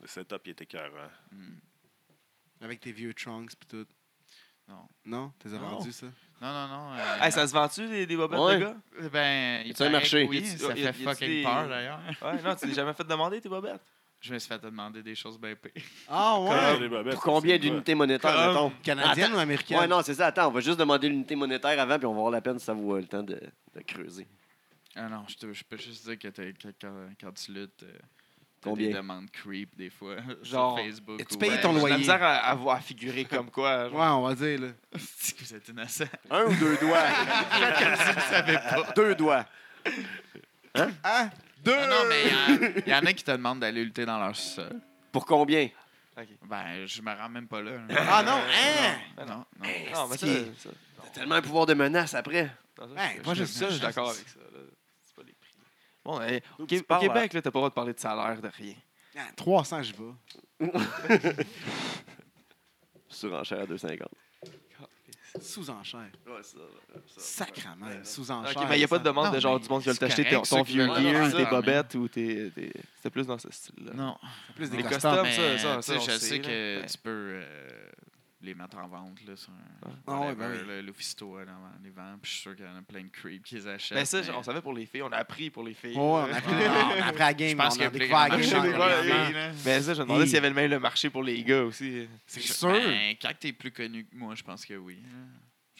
Le setup, il était carré.
Mm.
Avec tes vieux trunks pis tout.
Non.
Non? T'es
Non.
vendu, ça?
Non, non, non. euh,
Hey, ça se vend-tu des, des bobettes,
Ouais.
les gars?
euh, Ben, il
Y a-t-il un
paraît
marché?
que Oui,
Y a-t-il-
ça
y a-
fait
y a-t-il
fucking
des-
peur d'ailleurs.
Ouais, non, tu t'es jamais fait demander tes bobettes.
Je me suis fait demander des choses bien pires.
Ah ouais!
Pour combien d'unités monétaires,
Comme-
mettons?
Canadienne ou
Ouais,
américaine?
non, c'est ça. Attends, on va juste demander l'unité monétaire avant, puis on va voir la peine si ça vaut euh, le temps de, de creuser.
Ah non, je, te- je peux juste dire que, t'es- que quand, quand tu luttes, euh, t'as
Combien?
des demandes creep des fois
Genre,
sur Facebook.
as-tu
ou-
payé
Ouais,
ton
J'ai de
loyer?
la misère à, à voir figurer comme quoi.
Ouais,
genre.
on va dire, là.
Si vous êtes innocent.
Un ou deux doigts? Deux doigts.
Hein? Deux!
Ah Non, non, mais il y, en a qui te demandent d'aller lutter dans leur sol.
Pour combien?
Ben, je me rends même pas là.
Ah non, hein?
Non, non. non.
Non, mais ça,
Esti.
ça-
T'as tellement un pouvoir de menace après.
non, ça,
Ben,
je-
pas
je-
juste
ça, je suis
ça.
d'accord avec ça. là. C'est pas les prix. Bon, hey, au
Tu
Qué- au
parles,
Québec, là, t'as pas le droit de parler de salaire, de rien.
Ah, 300, j'y vais.
Surenchère à 2,50.
Sous-enchère.
Ouais, ça.
Sacrement,
Ok,
sous-enchère.
mais il n'y a pas de demande
Non,
de genre
mais
du monde qui veut
c'est
t'acheter ton,
correct,
ton
ceux qui
vieux
veulent
gear,
ça,
tes
mais-
bobettes ou tes. tes- C'était plus dans ce style-là.
Non.
Plus des
Les
costumes.
costumes,
mais,
ça, ça, ça,
tu sais,
on
je
le
sais
sait,
que
là.
tu peux euh, les mettre en vente là, sur un.
Ah ouais,
whatever,
ben oui.
là, L'Offisto, elle, en- les vend. Puis je suis sûr qu'il y en a plein de creep qui les achètent.
Ben, ça, on savait pour les filles, on a appris pour les filles. Ah.
Ouais, on a pris, on a pris la
Je
game,
pense
on
qu'il y
a
a
découvert la
plein de
marché
game.
marchés
dans
des
le
gars, là,
développement.
filles, Ben, ça, je me demandais
Hi.
s'il y avait le même le marché pour les gars aussi.
C'est
Je-
sûr.
Ben, quand t'es plus connu que moi, je pense que oui. hein.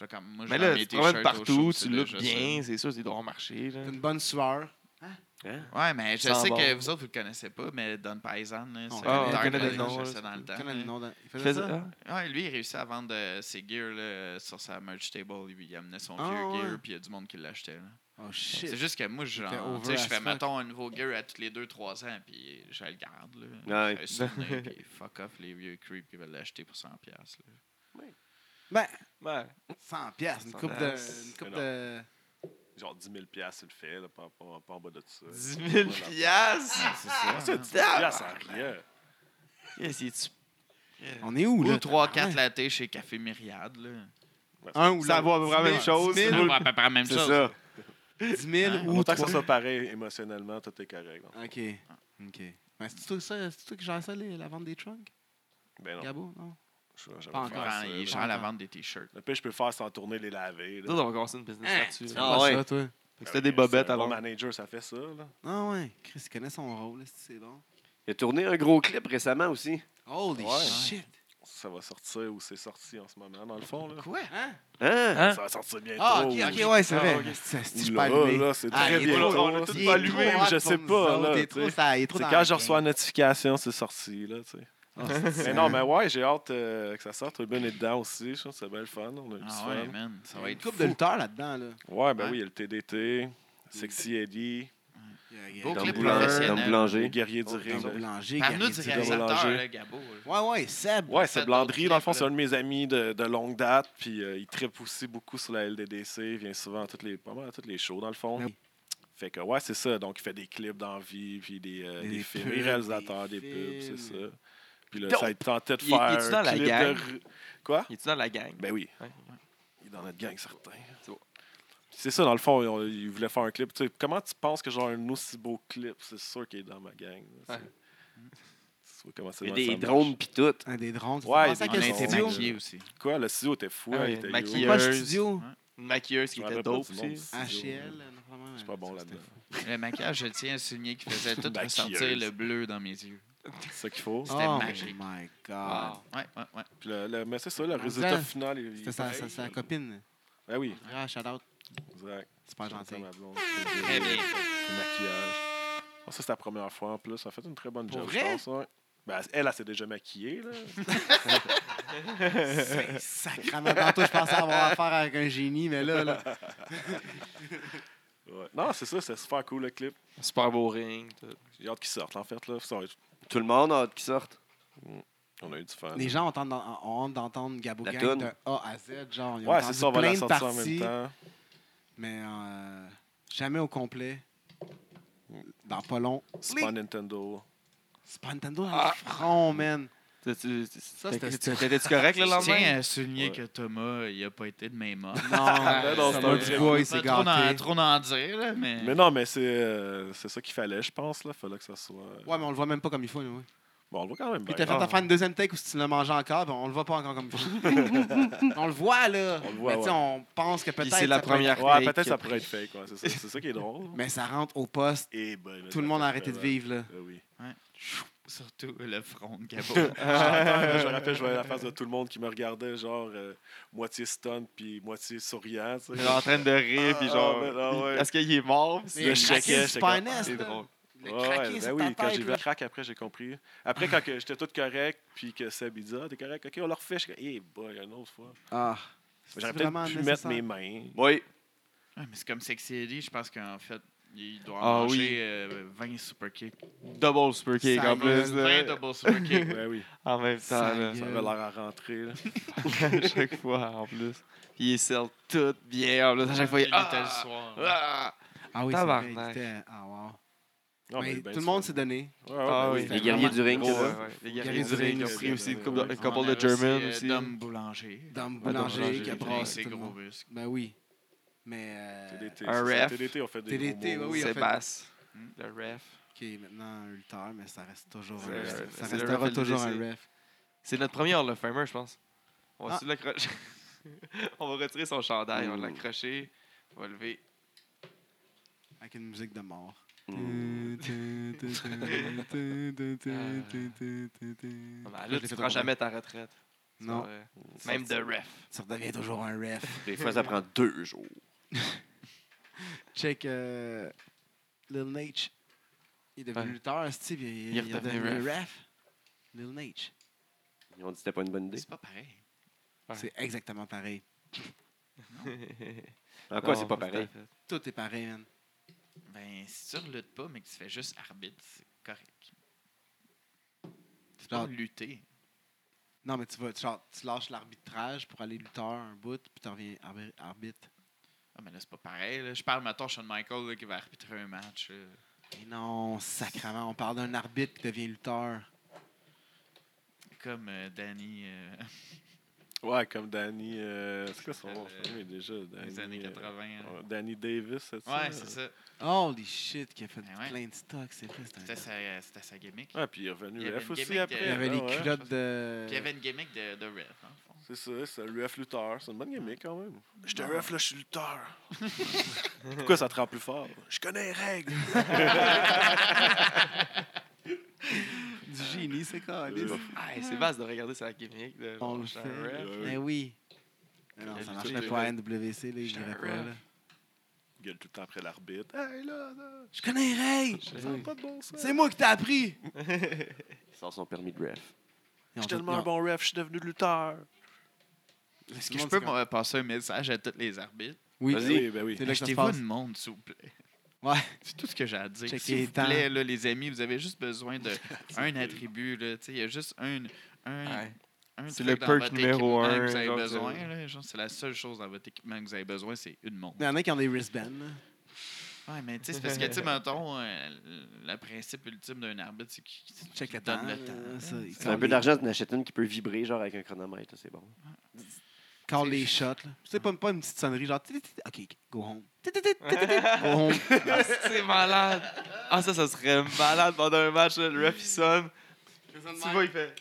Je, comme, moi, je
Mais
vends
Ben là,
mes
tu te promènes
t-shirts au
partout,
show,
tu
c'est
look
déjà
bien, c'est sûr, tu dois en marcher. là.
T'as une bonne sueur.
ça. Ouais, mais je
Ça
sais
en
que
va.
vous autres, vous le connaissez pas, mais Don Paisan, là,
On
c'est
connaît-
un
on connaît
acteur
le
que
nom,
j'achètais
là.
dans le temps.
Tu connais le nom de- Il faisait
Faisais-
ça?
ah,
Ouais, lui, il réussit à vendre euh, ses gears là, sur sa merch table. Il, il amenait son
Ah,
vieux
ouais.
gear, puis il y a du monde qui l'achetait. là.
Oh
C'est
shit.
juste que moi,
T'étais
genre,
over
tu sais, je
as
fais,
fuck.
mettons, un nouveau gear à tous les 2-3 ans, puis je le garde. Là.
Ouais.
Je fais un souvenir, puis fuck off les vieux creeps qui veulent l'acheter pour 100$. piastres, là.
Ben,
ouais.
100 piastres. Une
100
coupe de...
piastres.
Une coupe
Mais non.
de...
Genre 10 000 piastres, il le fait, là, pas, pas, pas en bas de ça.
10 000
Voilà.
piastres!
Ah,
Ça, 10 000 piastres, ça rien.
Yes, est-tu-
On est où,
Ou
là?
3-4 lattés chez Café Myriade. Là.
Un ou
Ça
l'autre.
vaut à peu près la même
10
chose.
000,
On va à peu près la même
C'est
chose.
ça.
10 000
Hein?
ou
Autant que ça
3
soit pareil émotionnellement, tout est correct. donc.
OK. OK. Ben, c'est toi, ça- c'est toi qui gères ça, les- la vente des trunks?
Ben non,
Gabo, non?
je vais jamais
Pas
faire
encore.
ça,
Genre, il
là.
gère la vente des t-shirts.
Le pire, je peux faire, c'est en tourner les laver. là.
Nous autres, on va commencer une business
Hein?
là-dessus. là.
Ah
Pas
ouais.
ça, toi?
Fait que C'était des bobettes
C'est un bon
avant.
manager, ça fait ça. Là.
Ah ouais. Chris, il connaît son rôle, là, si c'est bon.
Il a tourné un gros clip récemment aussi.
Holy
Ouais.
shit!
Ça va sortir ou c'est sorti en ce moment, dans le fond. Là.
Quoi?
Hein?
Hein?
Ça va sortir bientôt.
Ah, OK,
là.
OK, ouais, c'est
Ah,
vrai.
ok.
C'est si je peux
Là,
allumer.
là, c'est
Ah,
très
il est
bientôt.
trop- on a
là.
tout
C'est
Il est
allumé,
trop
mais
hot
je
pour
sais
nous
pas,
autres,
là,
il est
tu
trop-
sais.
ça- il est trop dans
quand
la
je reçois la
game.
notification, c'est sorti. Là, tu sais.
Ah, c'est-
Mais non, mais ouais, j'ai hâte euh, que ça sorte. Ruben est dedans aussi. Je trouve que c'est bien le fun. On a eu du
Ah
fun.
ouais, man. Ça
Il y
va
a
être
une coupe
fou.
de lutteurs là-dedans, là.
Ouais, ben
Ouais.
oui, il y a le TDT, Sexy Eddie,
Beau
Dom
clip
Boulanger.
professionnel.
Dom
les
Boulanger.
guerriers du
Dans
ring.
le Boulanger,
Parle-nous
Gary
du
Dillon.
réalisateur,
Boulanger.
là, Gabo. là.
Ouais, ouais, Seb.
Ouais,
Faites
c'est
d'autres
Blandry, dans le fond,
clips,
c'est un de mes amis de, de longue date. Puis euh, il tripe aussi beaucoup sur la LDDC. Il vient souvent à toutes les, pas mal à toutes les shows, dans le fond.
Oui.
Fait que, ouais, c'est ça. Donc, il fait des clips d'envie, puis des, euh,
Des
des, films.
pubs,
il est réalisateur des,
des
pubs, c'est ça.
films.
Puis là,
Donc,
ça il tentait de
il est- il
faire.
est-tu dans
un
la
clip
gang?
de ru- Quoi?
Il est-tu dans la gang?
Ben oui.
Ouais, ouais.
Il est dans notre gang, certain.
C'est bon.
C'est ça, dans le fond, on- il voulait faire un clip. Tu sais, comment tu penses que genre un aussi beau clip, c'est sûr qu'il est dans ma gang. là, tu sais. Tu vois comment c'est
Il y a
dans
des
sa
drones
marche.
pis tout.
Un des drones.
Ouais,
Ouais, c'est
des
On a
Quel
été
studio?
maquillés aussi.
Quoi, le studio était fou.
Ah
hein,
oui,
il était
maquillé.
huge.
Pas le studio.
Une maquilleuse qui
Je me
était
rappelle pas
dope
du nom.
aussi.
HL. normalement,
C'est pas bon
ça,
là-dedans.
Le maquillage, je tiens à souligner qu'il faisait tout
Maquilleuse.
ressortir le bleu dans mes yeux.
C'est ça qu'il faut.
c'était-
C'était
Oh
magique.
my God.
Ouais, ouais, ouais.
Puis le- le- mais c'est ça, le
En
résultat
disant,
final. il-
Ah, C'était sa, sa, sa copine.
Ah oui,
Ah, shout out.
exact.
Super
J'entends
gentil. Eh
ma blonde.
Très bien.
Le maquillage. Ah, ça, c'est la première fois en plus. Elle a fait une très bonne
Pour
job,
vrai?
je pense. ouais. Ben, elle, elle, s'est déjà maquillée. Là.
C'est sacrément. Tantôt, je pensais avoir affaire avec un génie, mais là, là.
Ouais. Non, c'est ça, c'est super cool le clip.
Super beau ring. tout.
J'ai hâte qu'il sorte, en fait. Là. Ça va être-
Tout le monde a hâte qu'ils sortent.
On a eu du fun.
Les gens ont hâte d'en- ont hâte d'entendre Gabo
La
Gang
toune.
de A à Z. Genre, ils ont
Ouais, c'est
entendu
ça, on va
plein
la
de
sortir en même
parties,
temps.
mais euh, jamais au complet. Dans pas long.
Super Nintendo.
C'est pas Nintendo dans
Ah!
le front, man.
Tu- tu- tu-
Ça,
t'étais-
c'était-
T'étais-tu correct le
Je
lendemain?
tiens à souligner
Ouais.
que Thomas, il a pas été de même homme.
Non,
Ah, non,
ça
c'est
m'a
un
du
vrai
bois, il
Pas
s'est
trop d'en
gâté.
trop d'en dire, là, mais...
Mais non, mais c'est euh, c'est ça qu'il fallait, je pense. Il fallait que ça soit. euh,
Ouais, mais on le voit même pas comme il faut, nous. oui.
Bon, on le voit quand même
Puis
bien.
t'as fait
Ah.
ta faire une deuxième take ou si tu l'as mangé encore, ben on le voit pas encore comme il faut. on le voit, là.
On le voit,
mais tu sais,
ouais.
on pense que
Puis
peut-être.
c'est la
ça pourrait
première
Ouais,
take
peut-être
qui
ça
a
pourrait être fake. ouais, c'est ça. C'est ça qui est drôle.
être- Mais ça rentre au poste.
Eh ben, là,
Tout le
ça
monde a
fait
arrêté de
vraiment-
vivre, là.
Ah oui.
Surtout le front de Gabo.
J'entends, je me rappelle, je voyais la face de tout le monde qui me regardait, genre euh, moitié stun puis moitié souriant. tu sais.
Il est en train de rire, puis
Ah,
genre.
mais non, ouais.
Est-ce qu'il est mort? Puis
Mais
c'est-
Le
le
craquer,
craquer,
c'est
c'est
comme-
pas honnête.
c'est
là.
drôle.
Le
Ouais,
craquer,
ben
c'est
oui,
ta
quand
tête,
j'ai vu
là.
le crack, après, j'ai compris. Après, quand que j'étais tout correct, puis que Seb, il dit Ah, t'es correct, ok, on le refait. Je suis comme, eh, boy, une autre fois.
Ah.
J'aurais
C'est vraiment
peut-être pu mettre
nécessaire.
mes mains.
Oui.
Ouais, mais c'est comme Sexy Eddie, je pense qu'en fait, il doit
Ah
en manger
oui.
euh, 20 super kicks.
Double super kick
Ça
en plus.
20
là.
double super kicks.
Ouais, oui,
En même temps,
Ça
là.
ça
Yeah.
avait l'air à rentrer. là.
à chaque fois en plus. Puis il sell tout bien en plus. À chaque fois, il.
Il était le
Ah!
soir.
Ah!
Ah oui, c'est
Tabarnak.
vrai, il était- Ah, wow.
Non,
Mais
mais ben,
tout le
ça-
monde s'est donné.
Ouais, ouais,
Ah
ben
oui.
oui.
Les guerriers du ring,
Oh,
c'est
ouais,
ça?
ouais. Les
Guerriers
guerriers
du
du
ring,
ring. Ils ont
c'est
pris aussi
vrai,
une couple de- un
ouais.
On
couple de
avait aussi,
German
euh,
aussi.
Dom Boulanger.
Dame
Madame
Boulanger,
Boulanger,
qui a
Gabriel,
Boulanger,
brassé
ses
tout le
gros
monde.
muscles.
Ben oui. Mais. euh,
TDT,
Un
c'est ça,
ref.
TDT, on fait des
TDT,
gros
ouais,
mots.
oui, en fait.
Sébastien, le ref.
Qui est maintenant un lutteur, mais ça reste toujours un
C'est-
ref. Ça
c'est le
restera
ref
toujours
LDC.
un ref.
C'est notre premier Hall of Famer, je pense. On va
Ah.
se l'accrocher. on va retirer son chandail, on va
Mm.
l'accrocher. On va lever.
Avec une musique de mort.
Mm.
Non, mais
Ah,
là, tu ne prends jamais ta retraite. Tu
Non.
vas, euh, Même de ref.
Ça redevient toujours un ref.
Des fois, ça prend deux jours.
Check euh, Lil Nate. Il est devenu
Ouais.
lutteur, Steve. Il,
Il est redevenu ref.
ref. Lil Nate.
Ils ont dit que c'était pas une bonne idée.
C'est pas pareil.
Ouais.
C'est exactement pareil.
En quoi,
Non,
c'est pas pareil?
tout à fait.
Tout est pareil, man.
Ben, si tu luttes pas, mais que tu fais juste arbitre, c'est correct. Tu
Genre-
peux lutter.
Non, mais tu vas, genre, tu lâches l'arbitrage pour aller lutteur un bout, puis tu reviens arbi- arbitre.
Ah, mais là, c'est pas pareil. là. Je parle, mettons, Shawn Michael là, qui va arbitrer un match. là.
Mais non, sacrement, on parle d'un arbitre qui devient lutteur.
Comme euh, Danny euh,
Ouais, comme Danny. euh, c'est quoi son nom?
Euh,
Il est déjà. Danny,
des années
euh,
80. là.
ouais, Danny Davis, c'est ça?
Ouais, c'est ça.
Holy shit, qui a fait
Ben ouais.
plein de stocks, c'est vrai. c'est un-
C'était
euh,
sa, c'était sa gimmick.
Ouais, puis il est revenu
Il y avait
ref
une
aussi
gimmick euh,
après.
de-
Il y avait
là,
les
ouais.
culottes de.
Puis il y avait une gimmick de, de Red, dans le fond.
C'est ça, c'est le ref lutteur. C'est une bonne gimmick quand même. Je te ref, là, je suis lutteur. Pourquoi ça te rend plus fort? Je connais les règles.
du génie, c'est quoi?
Euh,
Ah, Hey, c'est vaste de regarder sa gimmick. De,
On
genre,
le
je suis
fait.
un ref.
Ouais.
Mais Eh oui. Mais non,
Quelle
ça
lutte,
marcherait
les
pas à
gars.
NWC, là,
J'étais
j'irais
un
pas,
ref.
là.
Il gueule tout le temps après l'arbitre. Hey, là, là,
Je connais les règles!
Je-
ça n'a pas de bon sens.
C'est moi qui t'ai appris!
Il sort son permis de ref.
Je suis tellement un bon ref, je suis devenu lutteur.
Est-ce que je peux moi, passer un message à tous les arbitres?
Oui,
Ben oui, ben oui.
C'est là que ça se
Achetez-vous
passe.
du monde, s'il vous plaît.
Ouais.
C'est tout ce que j'ai à dire.
Check les
S'il vous
temps.
plaît, là, les amis, vous avez juste besoin d'un attribut. là. Tu sais, Il y a juste un, un,
Ouais.
un
C'est
truc
le
dans
perk
votre
numéro
équipement
un,
que vous avez
genre,
besoin.
c'est-
là. Genre, C'est la seule chose dans votre équipement que vous avez besoin, c'est une montre.
Il y en a qui ont des wristbands, là.
Ouais, mais tu sais, c'est parce que, tu sais, mettons, euh, le principe ultime d'un arbitre, c'est qu'il c'est
Check
qu'il
le
donne
temps.
le temps.
euh, ça, il
C'est un
call
peu
les-
d'argent, tu n'achètes une qui peut vibrer, genre avec un chronomètre, là, c'est bon.
Call les shots, là. C'est pas, pas une petite sonnerie, genre. tit, tit, tit, Ok, go home. Tit, tit, tit, tit, tit, tit, Go home.
Ah, c'est malade. Ah, ça, ça serait malade pendant un match. là, le ref, il sonne. Tu vois, il fait.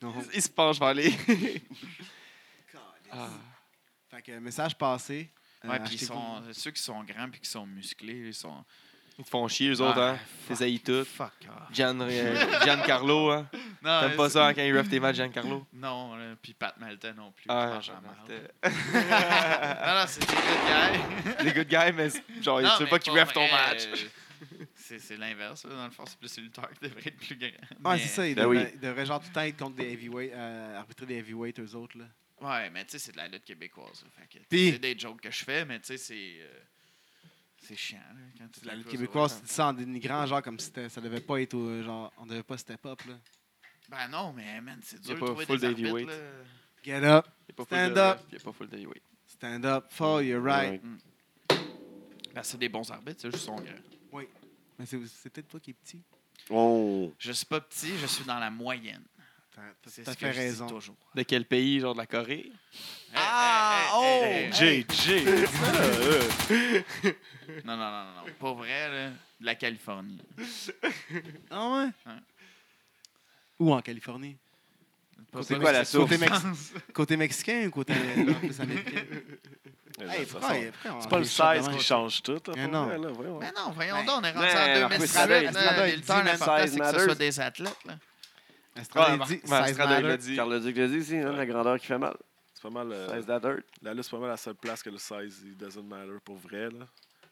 Go home.
Il se penche vers les. Ah.
Fait que message passé. Euh,
Ouais, puis ils
achetez-vous-
sont, ceux qui sont grands puis qui sont musclés, ils sont.
Ils te font chier, eux autres, hein.
fuck.
Ils haïs tout.
Fuck off.
Gian, euh, Giancarlo, hein.
Non,
T'aimes
Ah,
euh,
pas
c'est-
ça hein, quand il ref tes matchs, Giancarlo?
Non, là, puis Pat Malta non plus.
Ah,
Ah,
j'en marre.
non, non, c'est des good guys.
Les good guys, mais c'est- genre,
Non,
tu veux
mais
Ah, pas qu'ils ref ton
vrai,
match.
euh, C'est c'est l'inverse, là. Dans le fond, c'est plus le lutteur qui devrait être plus grand.
Ouais,
Mais-
c'est ça. Ils
Ben oui.
devraient, ils devraient genre tout le temps être contre des heavyweights, euh, arbitrer des heavyweights, eux autres, là.
Ouais, mais tu sais, c'est de la lutte québécoise. là. Fait que, tu sais,
Puis-
c'est des jokes que je fais, mais tu sais, c'est. euh, c'est chiant, là, quand tu
C'est la
fais
lutte
quoi, ça va
québécoise,
être-
euh, tu dis ça en dénigrant, genre comme si c'était- ça devait pas être au- genre, on devait pas step up, là.
Ben non, mais man, c'est
Y a
dur de
pas
trouver
full
des
heavyweight.
arbitres. là.
Get up,
Il n'y a pas full
Stand
de
up.
ref, il y a pas full de heavyweight.
stand up, fall, you're right.
Ben, c'est des bons arbitres, c'est juste son grand.
Mais c'est c'est peut-être toi qui es petit.
Oh.
Je suis pas petit, je suis dans la moyenne.
T'as- T'as
C'est
t'as
ce
fait
que raison. je dis
raison.
toujours.
De quel pays, genre de la Corée?
Ah!
Hey, JJ! euh,
eh. Non, non, non, non, non. Pour vrai, là, de la Californie.
Ah ouais?
Ouais.
Ou en Californie?
Pas-
C'est
pas-
quoi la
c'est-
source?
Côté, mex- côté mexicain ou côté euh, plus américain?
euh,
Hey,
ça
frère,
sent-
frère, on
C'est pas le
est chaud
16
demain.
qui change tout. là,
Mais
pour
non.
vrai, là, voyons.
Mais non, voyons
Ben,
donc, on est rendu
ben,
en
alors,
2007.
Estrada,
là,
Estrada,
Les
il
lutteurs,
dit, même
l'important, c'est que ce
matters.
soit des athlètes. Là.
Estrada,
Ouais,
il dit,
Mar-
size
Estrada, il l'a
matter.
dit.
Carl Duc l'a dit, c'est hein, la grandeur qui fait mal.
C'est pas mal. euh,
Size that hurt.
la lutte, c'est pas mal la seule place que le 16, il doesn't matter pour vrai. Là.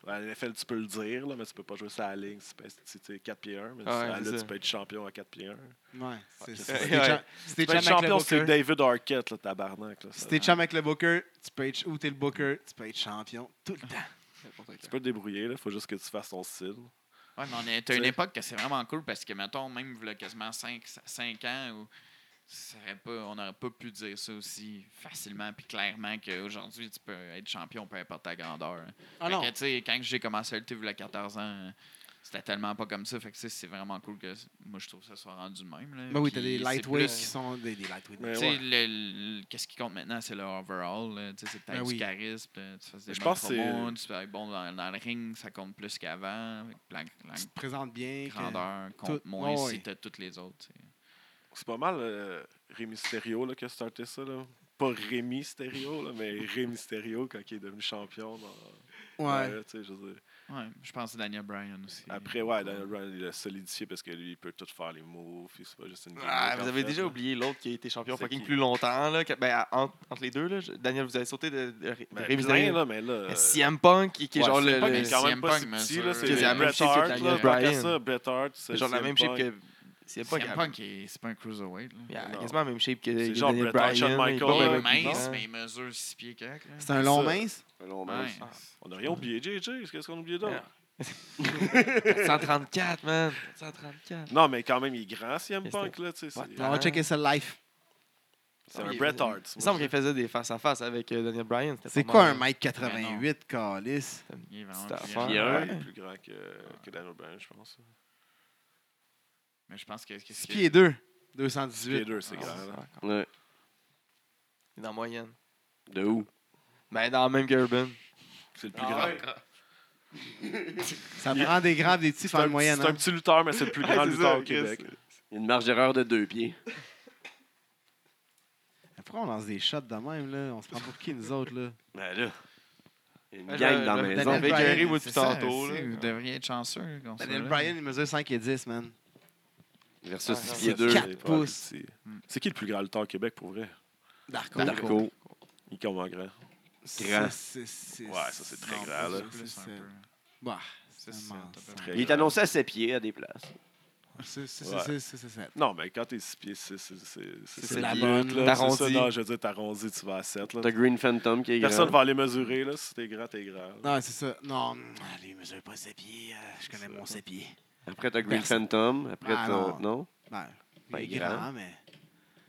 À l'NFL, tu peux le dire, là, mais tu peux pas jouer ça à la ligne si tu pèses- si t'es 4 pieds 1. Mais
Ah ouais,
à la
c'est
lutte,
ça.
tu peux être champion à 4 pieds 1.
Ouais, c'est
Ouais.
ça. Si
Ouais.
t'es cha- si t'es
Tu peux être
chum avec le
champion, c'est
Booker,
David Arquette, là, tabarnak. Là, ça-
si t'es chum avec le Booker, tu peux être, ou t'es le Booker, tu peux être champion tout le temps.
tu peux te débrouiller, il faut juste que tu fasses ton style.
Ouais, mais on est à
Tu
une
sais.
époque que c'est vraiment cool parce que, mettons, même v'là quasiment 5, ans, où ça aurait pas, on n'aurait pas pu dire ça aussi facilement puis clairement qu'aujourd'hui, tu peux être champion peu importe ta grandeur. hein.
Ah
Fait
non,
que, tu sais, quand j'ai commencé à lutter v'là 14 ans, euh, c'était tellement pas comme ça. Fait que, tu sais, c'est vraiment cool que c- moi, je trouve que ça soit rendu de même. Là.
ben oui, t'as
Puis
des
c'est
lightweights Ben
plus-
qui sont des, des lightweights.
Mais
Tu
ouais.
sais, le- le- qu'est-ce qui compte maintenant, c'est le overall. là. Tu sais, C'est que tu
Ben
du
oui.
charisme, euh, tu fasses des
Je
bons
pense que c'est-
promos, tu sois bon dans, dans le ring, ça compte plus qu'avant. Fait que La, la
Tu te présentes bien. que-
grandeur compte
tout-
moins
ouais, ouais.
si tu as toutes les autres. tu sais.
C'est pas mal euh, Rémi Stereo là, qui a starté ça. Là. Pas Rémi Stereo, là, mais Rémi Stereo quand il est devenu champion. Dans,
Ouais.
dans- tu sais, je veux dire.
Ouais, je pense à Daniel Bryan aussi.
Après, ouais, Daniel Bryan, il l'a solidifié parce que lui, il peut tout faire les moves. puis C'est pas juste une
Ah,
gimmick,
vous
en
avez
fait,
déjà
là.
oublié l'autre qui a été champion
C'est
fucking
qui?
plus longtemps, là, que- ben, à- entre, entre les deux. Là, je- Daniel, vous avez sauté de, de, de
Ben,
Rémi
plein,
Zerine.
là, mais là.
Mais
euh,
CM Punk, qui, qui est
ouais,
genre,
CM
le,
Punk
le-
est quand même pas
CM
si
Punk,
petit,
mais
là.
sûr.
C'est
C'est la même
Bret
shape que
Hart,
Daniel
là.
Bryan.
tant qu'à ça, Bret Hart, c'est
genre la
CM
même shape
Punk.
que CM Punk.
CM
a-
Punk, il- c'est pas un cruiserweight. là.
il a
Non.
quasiment la même shape que que
genre
Daniel
Bret Hart,
Bryan.
Shawn
là, il est
Michael,
bon,
là,
Il
ben,
est
ben,
avec
Oh, mince,
bon.
mais il mesure 6 pieds correct. là.
C'est un long
ça.
mince.
Long
Ouais.
mince.
On n'a rien oublié, JJ. Qu'est-ce qu'on a oublié d'autre?
134, man. 134.
Non, mais quand même, il est grand, CM
Mais
Punk, là. tu sais,
Ouais,
C'est euh,
On va checker ça live.
c'est un Bret Hart.
Ah, Il me semble qu'il faisait des face-à-face avec euh, Daniel Bryan. c'était
C'est
pas
quoi un
mal.
mètre 88, Calis?
Il est vraiment
Petite
plus
affaire.
grand.
Il est
Ouais.
plus grand que, que Daniel Bryan, je pense.
Mais je pense que. que-
6 pieds 2,
Les
218.
deux, c'est
Ah,
grand. là.
c'est-
Ouais.
Dans la moyenne.
De où?
Ben, dans le même qu'Urban.
C'est le plus grand.
Ah, ouais.
Ça prend des graves, des petits,
C'est
faire
un,
une moyenne.
c'est un
hein.
petit lutteur, mais c'est le plus grand
c'est
lutteur
ça,
au Québec.
Il y a Une marge d'erreur de deux pieds.
Pourquoi on lance des shots de même, là? On se prend pour qui, nous autres, là?
Ben là. Il y a
Ben,
Une gang
le-
dans la
le-
maison.
Daniel
Avec-
Bryan.
Jerry
Jerry Wood
Ben, c'est
plus
ça,
tantôt,
c'est-
là.
Vous devriez être chanceux. qu'on soit
Daniel
là.
Bryan, Ben, il mesure 5 et 10, man.
Versus
Ah,
6
non,
pieds
C'est
2.
pas
Quatre pouces.
petit. C'est qui le plus grand lutteur au Québec pour vrai?
Darko.
Darko.
Il est comment
Mm.
grand?
Grand.
C'est- c'est-
Ouais, ça, c'est très
Non,
grand, là.
plus, plus, un
C'est-
peu.
Bah,
C'est
c'est
ça,
immense.
t'as pas-
Très
Il est
grand.
annoncé à 7 pieds à des places.
C'est c'est-
Ouais.
c'est- c'est- c'est ça.
Non, mais quand t'es 6 pieds 6, c'est c'est-
c'est
c'est
la
la
bonne,
bonne. là.
t'arrondis.
C'est ça, non, je veux dire, t'arrondis, tu vas à 7. Là.
T'as hein. Green Phantom qui est
Personne
grand.
va aller mesurer. Là. Si t'es grand, t'es grand. là.
Non, c'est ça. Non, ah, lui, il mesure pas ses pieds. euh, je connais mon ses pieds.
Après, t'as Green
Personne.
Phantom. Après,
Ah,
t'as...
non.
Non?
Ben, il
Ben,
est
il est
grand,
grand.
mais...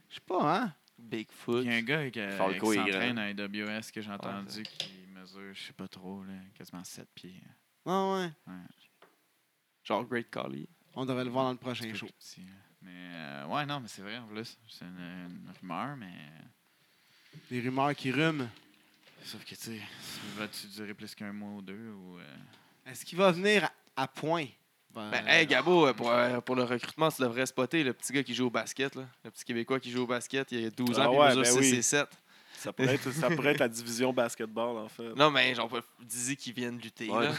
Je sais pas, hein?
Bigfoot.
Il y a un gars qui, euh,
Falco
qui
est grand.
s'entraîne à AWS que j'ai entendu qui mesure, je sais pas trop, là, quasiment 7 pieds.
Non, ouais.
Genre Great Collie.
On devrait le voir dans le
C'est
prochain
plus
show.
petit, là. Mais euh, ouais, non, mais c'est vrai en plus. C'est une, une rumeur, mais.
Des rumeurs qui rument.
Sauf que, tu sais, vas-tu durer plus qu'un mois ou deux ou. euh,
Est-ce qu'il va venir à- à point?
Ben, hey, Gabo, euh, pour, euh, pour le recrutement, tu devrais spotter le petit gars qui joue au basket. Là. Le petit Québécois qui joue au basket, il a 12 ans,
Ah
puis
ouais,
il mesure
ben oui.
6 et 7.
Ça, pourrait être, ça pourrait être la division basketball, en fait.
Non, mais genre, dis qu'il vienne lutter.
Ouais.
Là.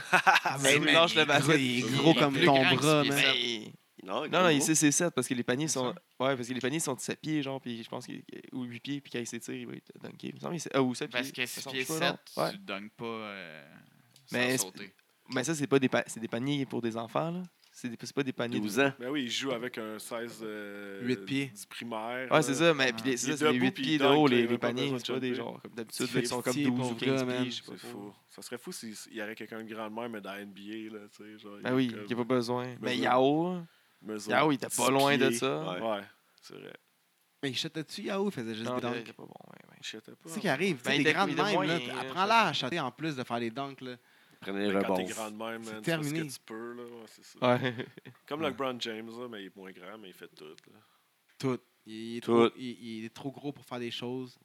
mais- Ah,
Dis-y,
mais
lâche
il est
le basket.
gros, il est gros
est
comme
plus
ton
grand que
bras,
six pieds
man.
sept.
Mais-
Non,
Non, non, il
gros.
sait 6 et 7 parce que les paniers
C'est
sont. Ouais, parce que les paniers sont de 7 pieds, genre, puis je pense qu'il. Ou 8 pieds, puis quand il s'étire, il va être dunké. Il me semble qu'il s'est- Ah, ou 7 pieds.
Parce que
il me
6
semble,
pieds
je sais
7,
pas, non.
tu
Ouais.
donnes pas euh,
Mais
sans
c'est-
sauter.
Mais ça, c'est pas des, pa- c'est des paniers pour des enfants, là. C'est des- c'est pas des paniers. de-
12 ans.
Ben oui, il joue avec un 16 euh,
Huit pieds.
du primaire.
Ouais,
là.
c'est ça, mais puis
Il
les-
est
c'est ça, c'est les
debout,
8
puis euh, il
pieds de
dunk,
haut,
là, il
les,
a
les
même pas
paniers,
besoin de
c'est pas des
jumper.
genres comme d'habitude,
C'est
là, ils sont comme
petit,
12 ou
pauvre
15
gars, man.
pieds, je sais pas.
C'est fou. Ça serait fou s'il s'il y aurait quelqu'un de grand de même, mais dans la NBA, là, tu sais. genre, il
Ben
est
oui,
comme
il n'y a pas besoin. Mais
besoin.
Yao,
mesure
Yao, il était
10
pas loin de
pieds.
ça.
Ouais. C'est vrai.
Mais il chantait-tu Yahoo? Il faisait juste
Non,
des
il
dunks.
était euh, pas bon. ouais, ouais.
Je sais pas.
C'est ça qui arrive. Tu
Ben,
sais,
il
les
était-
grandes
il était
mêmes,
moyen,
là,
là,
apprends-la à chanter en plus de faire les dunks, là.
Prenez les
Mais Quand t'es
rebonds.
grand de même, man,
C'est
tu fais ce
terminé.
que tu peux. Là. Ouais, c'est ça.
Ouais.
Comme
Ouais.
LeBron James, là, mais il est moins grand, mais il fait tout. Là.
Tout. Il est,
Tout.
Trop, il, il est trop gros pour faire des choses.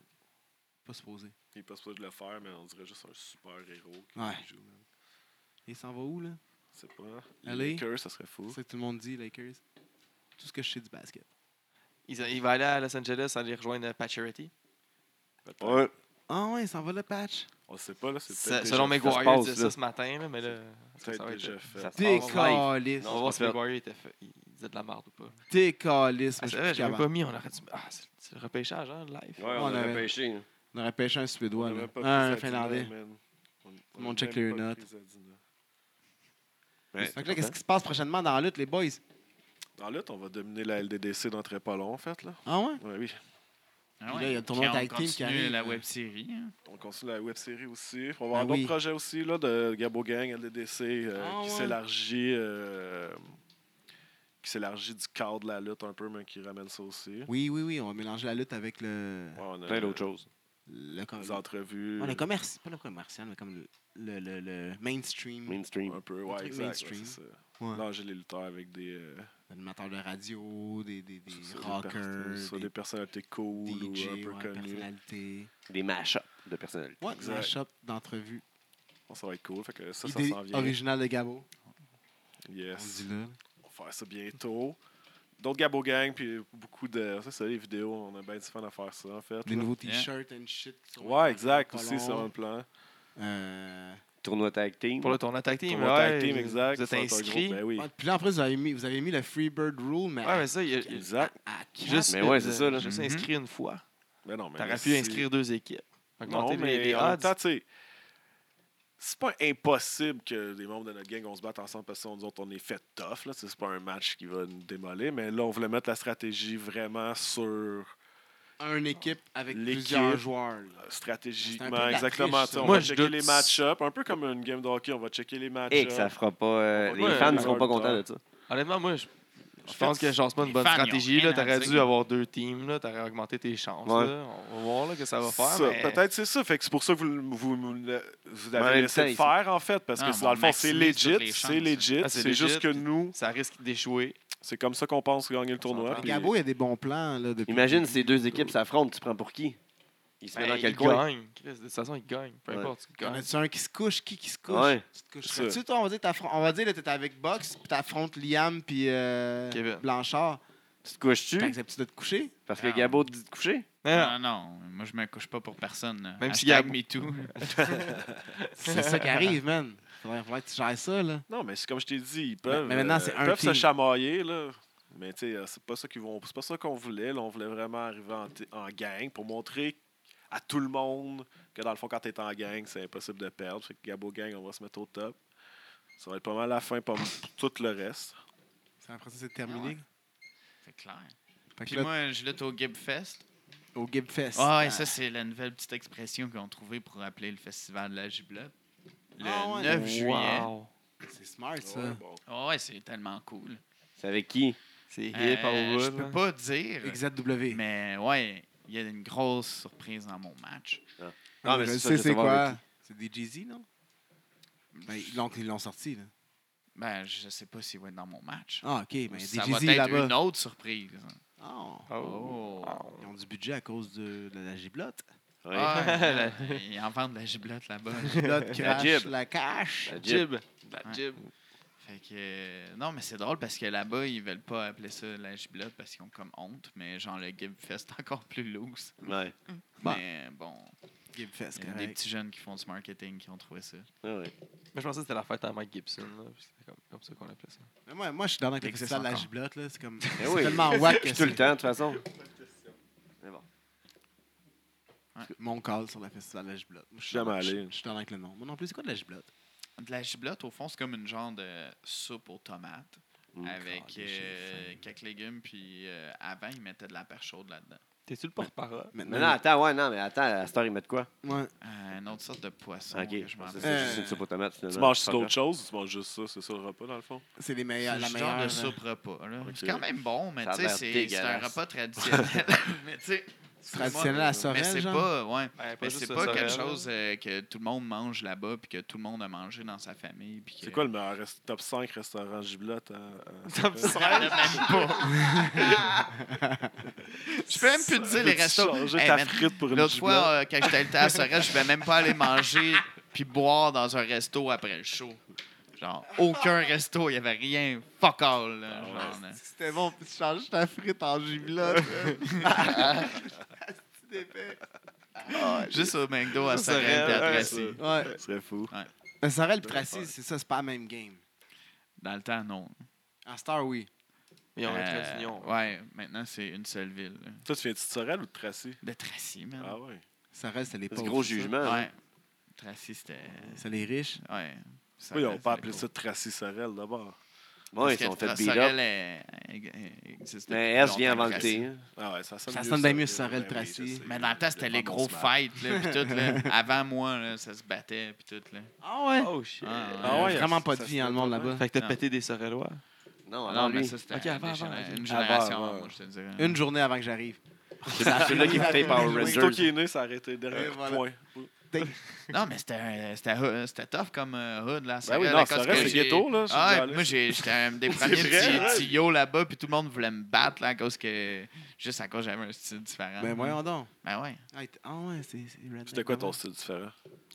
Pas supposé.
Il est pas supposé le faire, mais on dirait juste un super héros qui
Ouais.
joue. man.
Il s'en va où, là?
C'est pas.
Allez.
Les Lakers, ça serait fou.
C'est ça que tout le monde dit, Lakers. Tout ce que je sais du basket.
Il, il va aller à Los Angeles aller rejoindre Pacioretty.
Peut-être.
Ouais.
Ah ouais, il s'en va le patch.
On sait pas, là. C'est
Ça-
peut-être
déjà-
Selon
ça se
McGuire, il
passe, là.
disait ça ce matin, là, mais là, ça, ça
peut-être
va être-
déjà fait.
Ça
Oh,
se passe live.
Décalisse.
On
Non,
va voir si
c'est pas
McGuire était fait- il disait de la merde ou pas.
Décalisse.
Ah,
Moi,
c'est
je
vrai,
suis
j'avais
plus
pas
capable.
mis, on aurait dû. Ah, c'est c'est le repêchage, hein, live.
Ouais,
on
on
avait-
avait pêché. là.
On aurait pêché un
On
suédois,
avait
là.
pas
Ah,
pris
un
Zadina,
finlandais.
man. On- on
monde
a
check
même
les
pas
notes.
pris Zadina.
Ouais.
Donc là, qu'est-ce qui se passe prochainement dans la lutte, les boys?
Dans lutte, on va dominer la LDDC dans très pas long, en fait. Là.
Ah ouais?
Ouais, oui.
Ah
Puis là, il y a le tournoi
Puis on
tag team qui
continue
arrive.
la web série. hein.
On continue la web série aussi. On va avoir
Ah
d'autres
oui.
projets aussi là, de Gabo Gang, LDDC, euh,
Ah
qui
ouais.
s'élargit. euh, qui s'élargit du cadre de la lutte un peu, mais qui ramène ça aussi.
Oui, oui, oui, on va mélanger la lutte avec le.
Ouais, on a
Plein d'autres choses.
Le, com-
Des entrevues.
Ouais, le commerce. Pas le commercial, mais comme le, le, le, le mainstream.
Mainstream.
Un peu, ouais,
truc
exact. ouais,
mainstream.
c'est ça.
Ouais.
Mélanger les lutteurs avec des. euh,
Animateurs de radio, des, des, des
sur des
rockers,
perso- sur des,
des,
personnalités cool ou un
DJ,
peu
ouais,
connues.
personnalités.
Des mash-ups de personnalité.
Ouais,
Exact.
un shop d'entrevue.
Bon, ça va être cool. Fait que ça, ça
Idée
s'en vient.
originale de Gabo.
Yes.
On dit là.
On va faire ça bientôt. D'autres Gabo Gang, puis beaucoup de. Ça, c'est les vidéos. On a bien du fun à faire ça, en fait.
Des
là.
nouveaux
Yeah.
t-shirts and shit. qui sont
Ouais, exact.
pas
Aussi, c'est
longs.
un plan.
Euh,
Tournoi tag team.
Pour le tournoi tag team,
Pour
ouais,
mon tag team, exact.
Vous êtes
ça, c'est un
inscrit.
groupe, Ben oui.
ah, Puis là, en plus, vous avez mis, vous avez mis le Freebird Rule, mais.
Ouais, mais ça, il y a- il y a
Exact.
à- à quatre.
juste
Mais ouais,
une-
c'est ça, là.
Juste
Mhm.
inscrit une fois.
Mais Ben non, mais.
T'aurais
si-
pu inscrire deux équipes.
Non,
Augmenter les-
mais
les
en même
odds.
temps, tu sais, C'est pas impossible que les membres de notre gang on se batte ensemble parce que nous autres, on est fait tough. Là. C'est pas un match qui va nous démolir, mais là, on voulait mettre la stratégie vraiment sur euh,
une équipe avec
L'équipe.
plusieurs joueurs. là.
euh,
C'est un peu
stratégiquement,
de la
exactement.
triche,
tu sais, On
Moi,
va
je
checker
doute-
les match-ups, un peu comme une game de hockey, on va checker les
Et que
match-ups.
ça fera pas. euh, les
Ouais,
fans ne
ouais,
seront pas
ouais.
contents de ça.
Honnêtement, moi, je, je
fait,
pense que c'est pas
les
une bonne
fans, ils ont
stratégie.
rien
Là,
à
t'aurais
dire.
dû avoir deux teams. Là, t'aurais augmenté tes chances.
Ouais.
Là. On va voir là, que ça va faire.
Ça,
mais-
Peut-être c'est ça. Fait que c'est pour ça que vous, vous, vous- vous
Mais en
avez
même
laissé
temps,
le
ils-
faire, en fait, parce
Ah,
que
mais
dans
on
le fond, c'est
maximise toutes
legit.
les
C'est
chances.
legit.
Ah, c'est
C'est juste
legit.
que nous,
Ça risque d'échouer.
c'est comme ça qu'on pense gagner le tournoi.
s'entend.
puis-
Gabo, il y a des bons plans. Là, depuis
Imagine ces deux équipes s'affrontent, tu prends pour qui Ils se mettent
Ben,
dans quel
il
coin
gagne. Chris, De toute façon, il gagne. Peu
Ouais.
importe, il
Y en
gagne.
a-tu un qui se couche? Qui qui se couche?
Ouais.
Tu te coucherais-tu, toi? On va dire, t'affron- on va dire, là, t'es avec Box, puis t'affrontes Liam, puis euh,
Kevin.
Blanchard.
Tu te couches-tu
T'acceptes-tu de te coucher?
Parce que Gabo te dit de coucher
Non, non.
Ah.
Non, non, moi je me couche pas pour personne. là.
Même si
Hashtag
Gab-
MeToo.
C'est ça qui arrive, man. Faudrait, faudrait que tu gères ça, là.
Non, mais c'est comme je t'ai dit, ils peuvent,
mais maintenant,
euh,
c'est
ils
un
peuvent se
team.
chamailler, là. Mais tu sais, euh, c'est pas ça qu'ils vont. C'est pas ça qu'on voulait. là. On voulait vraiment arriver en, t- en gang pour montrer à tout le monde que dans le fond, quand t'es en gang, c'est impossible de perdre. Fait que Gabo Gang, on va se mettre au top. Ça va être pas mal la fin pour tout le reste.
C'est- Après ça, c'est terminé.
C'est clair.
Fait que
Puis
là,
moi, je lutte au Gib Fest.
au Gib Fest.
Ah, et ça, c'est la nouvelle petite expression qu'ils ont trouvée pour appeler le festival de la giblotte. Le
Ah ouais.
9 juillet.
Wow.
C'est smart, ça.
Ouais, bon.
Ah ouais, c'est tellement cool.
C'est avec qui
C'est hip,
Euh,
au
je
bout, là.
peux pas dire,
XZW.
mais ouais, il y a une grosse surprise dans mon match.
Ah, mais
je
c'est ça,
sais,
je
c'est
savoir
quoi?
avec
C'est des Jeezy, non? Ben, ils l'ont- ils l'ont sorti, là.
Ben, je sais pas s'il va être dans mon match.
Ah, OK, mais des
ça va
Jeezy
être une
là-bas.
autre surprise.
Ah,
Oh.
Ils ont du budget à cause de, de la giblotte.
Ouais.
Ah, la- ils en vendent de la giblotte là-bas.
Giblotte crache
jib.
la cache.
La Jib.
Jib. La Jib.
Fait que, euh, non, mais c'est drôle parce que là-bas, ils veulent pas appeler ça la giblotte parce qu'ils ont comme honte, mais genre le Gib Fest est encore plus loose.
Ouais.
Bon.
Mais bon,
Gib Fest,
il y a des
correct.
petits jeunes qui font du marketing qui ont trouvé ça.
Ouais, ouais.
Moi, je pensais que c'était la fête à Mike Gibson. là, puis C'était comme, comme ça qu'on appelait ça.
Mais moi, moi, je suis dans avec le
Existe
festival de la
encore.
giblotte, là. C'est comme...
Eh
c'est
oui.
tellement wack que
Puis tout le
c'est.
temps, Hein, de toute façon. Mais bon.
Mon call sur le festival de la giblotte. Moi, Je suis
Jamais
dans-
allé.
Je je suis dans avec le nom. Moi non plus, c'est quoi de la giblotte?
De la giblotte, au fond, c'est comme une genre de soupe aux tomates
Mm.
avec
Calé, j'ai
euh, quelques légumes. Puis euh, avant, ils mettaient de la perche chaude là-dedans.
T'es-tu le porte-parole?
Mais non, attends, ouais, non, mais attends, à cette heure, ils mettent quoi?
Ouais.
Euh, une autre sorte de poisson.
Ok,
que je m'en
c'est
rappelle.
c'est
Euh,
juste une soupe aux tomates, finalement.
Tu manges
Fuck
d'autres
off.
choses ou tu manges juste ça? C'est ça le repas, dans le fond?
C'est les
C'est
meilleurs,
le
la
genre
meilleure.
de
euh,
soupe repas. là.
Ok.
C'est quand même bon, mais
Ça a
tu sais,
l'air
c'est- c'est un
dégueulasse.
repas traditionnel. mais tu sais, excuse-moi,
Traditionnelle à
mais
Sorel,
c'est
genre.
pas, ouais,
Ben,
mais
juste
c'est
le
pas
Sorel,
quelque
là.
chose euh, que tout le monde mange là-bas puis que tout le monde a mangé dans sa famille. puis
C'est
que-
quoi le meilleur rest- top 5 restaurant giblotte? à- à-
Top
Je savais même pas. je peux même plus te dire les
Peux-tu
restos. Eh,
changer
Hey,
ta
man,
frite pour une
L'autre fois,
giblotte?
euh, quand j'étais allé à Sorel, je vais même pas aller manger puis boire dans un resto après le show. Genre, aucun resto, il y avait rien. Fuck all. là, genre, là.
C'était bon, tu changes ta frite en gibelotte. C'est épais.
Juste au McDo à
Juste Sorel,
Sorel puis à
ouais,
Tracy.
ça.
Ouais.
Ce serait fou.
Mais Sorel et Tracy, c'est ça, c'est pas la même game.
Dans le temps, non.
À Star, oui.
Ils ont un
Euh,
trait d'union.
Ouais, maintenant, c'est une seule ville. là.
Toi, tu viens de Sorel ou de Tracy?
De Tracy, man.
Ah ouais.
Sorel, c'est les
C'est
pauvres.
du gros
c'est ça.
jugement. hein.
Ouais. Tracy, c'était.
C'est les riches.
Ouais.
Oui, on
Sorel,
pas
c'était
appelé
cool.
ça Tracy Sorel d'abord.
Ouais, ils
Parce
sont
que
fait beat
Sorel,
up.
elle- elle- elle existe
Mais
depuis
S vient
longtemps
avant le
que Tracy.
T. hein.
Ah ouais, ça sonne
Ça
mieux
sonne bien mieux Sorel,
Ben oui, je
Tracy.
sais.
Mais dans le temps, c'était
Il y a
les
pas
gros
mon smack.
fights, là, pis tout, là. Avant moi, là, ça se battait, pis tout, là.
Ah ouais?
Oh shit.
Ah,
Il y a
ouais.
Ah ouais,
vraiment
ça-
pas de
ça
vie
se
dans le monde
fait
là-bas.
Fait que t'as
Non.
pété des Sorellois.
Ah, Non,
Non,
alors
mais
lui.
ça, c'était
Ok, avant,
des
avant,
géné-
avant.
une génération,
Avant, avant.
moi, je te dirais.
Une journée avant que j'arrive. Ben,
C'est celui-là qui paye Power
C'est toi qui
Rangers.
est né, ça a arrêté le dernier
Et voilà.
point.
Non, mais c'était, euh, c'était, euh, c'était tough comme euh, hood, là.
Ben oui,
Sorel,
non,
à cause
Sorel,
que
c'est
j'ai-
ghetto, là, si
Ah,
vous
ouais,
allez.
moi, j'ai- j'étais un des premiers
C'est vrai,
petits
ouais.
petits yo là-bas, puis tout le monde voulait me battre, là, à cause que... Juste à cause que j'avais un style différent.
Ben voyons donc.
Ben ouais,
Ah il- ah ouais, c'est c'est redneck,
C'était quoi ton
là-bas.
style différent?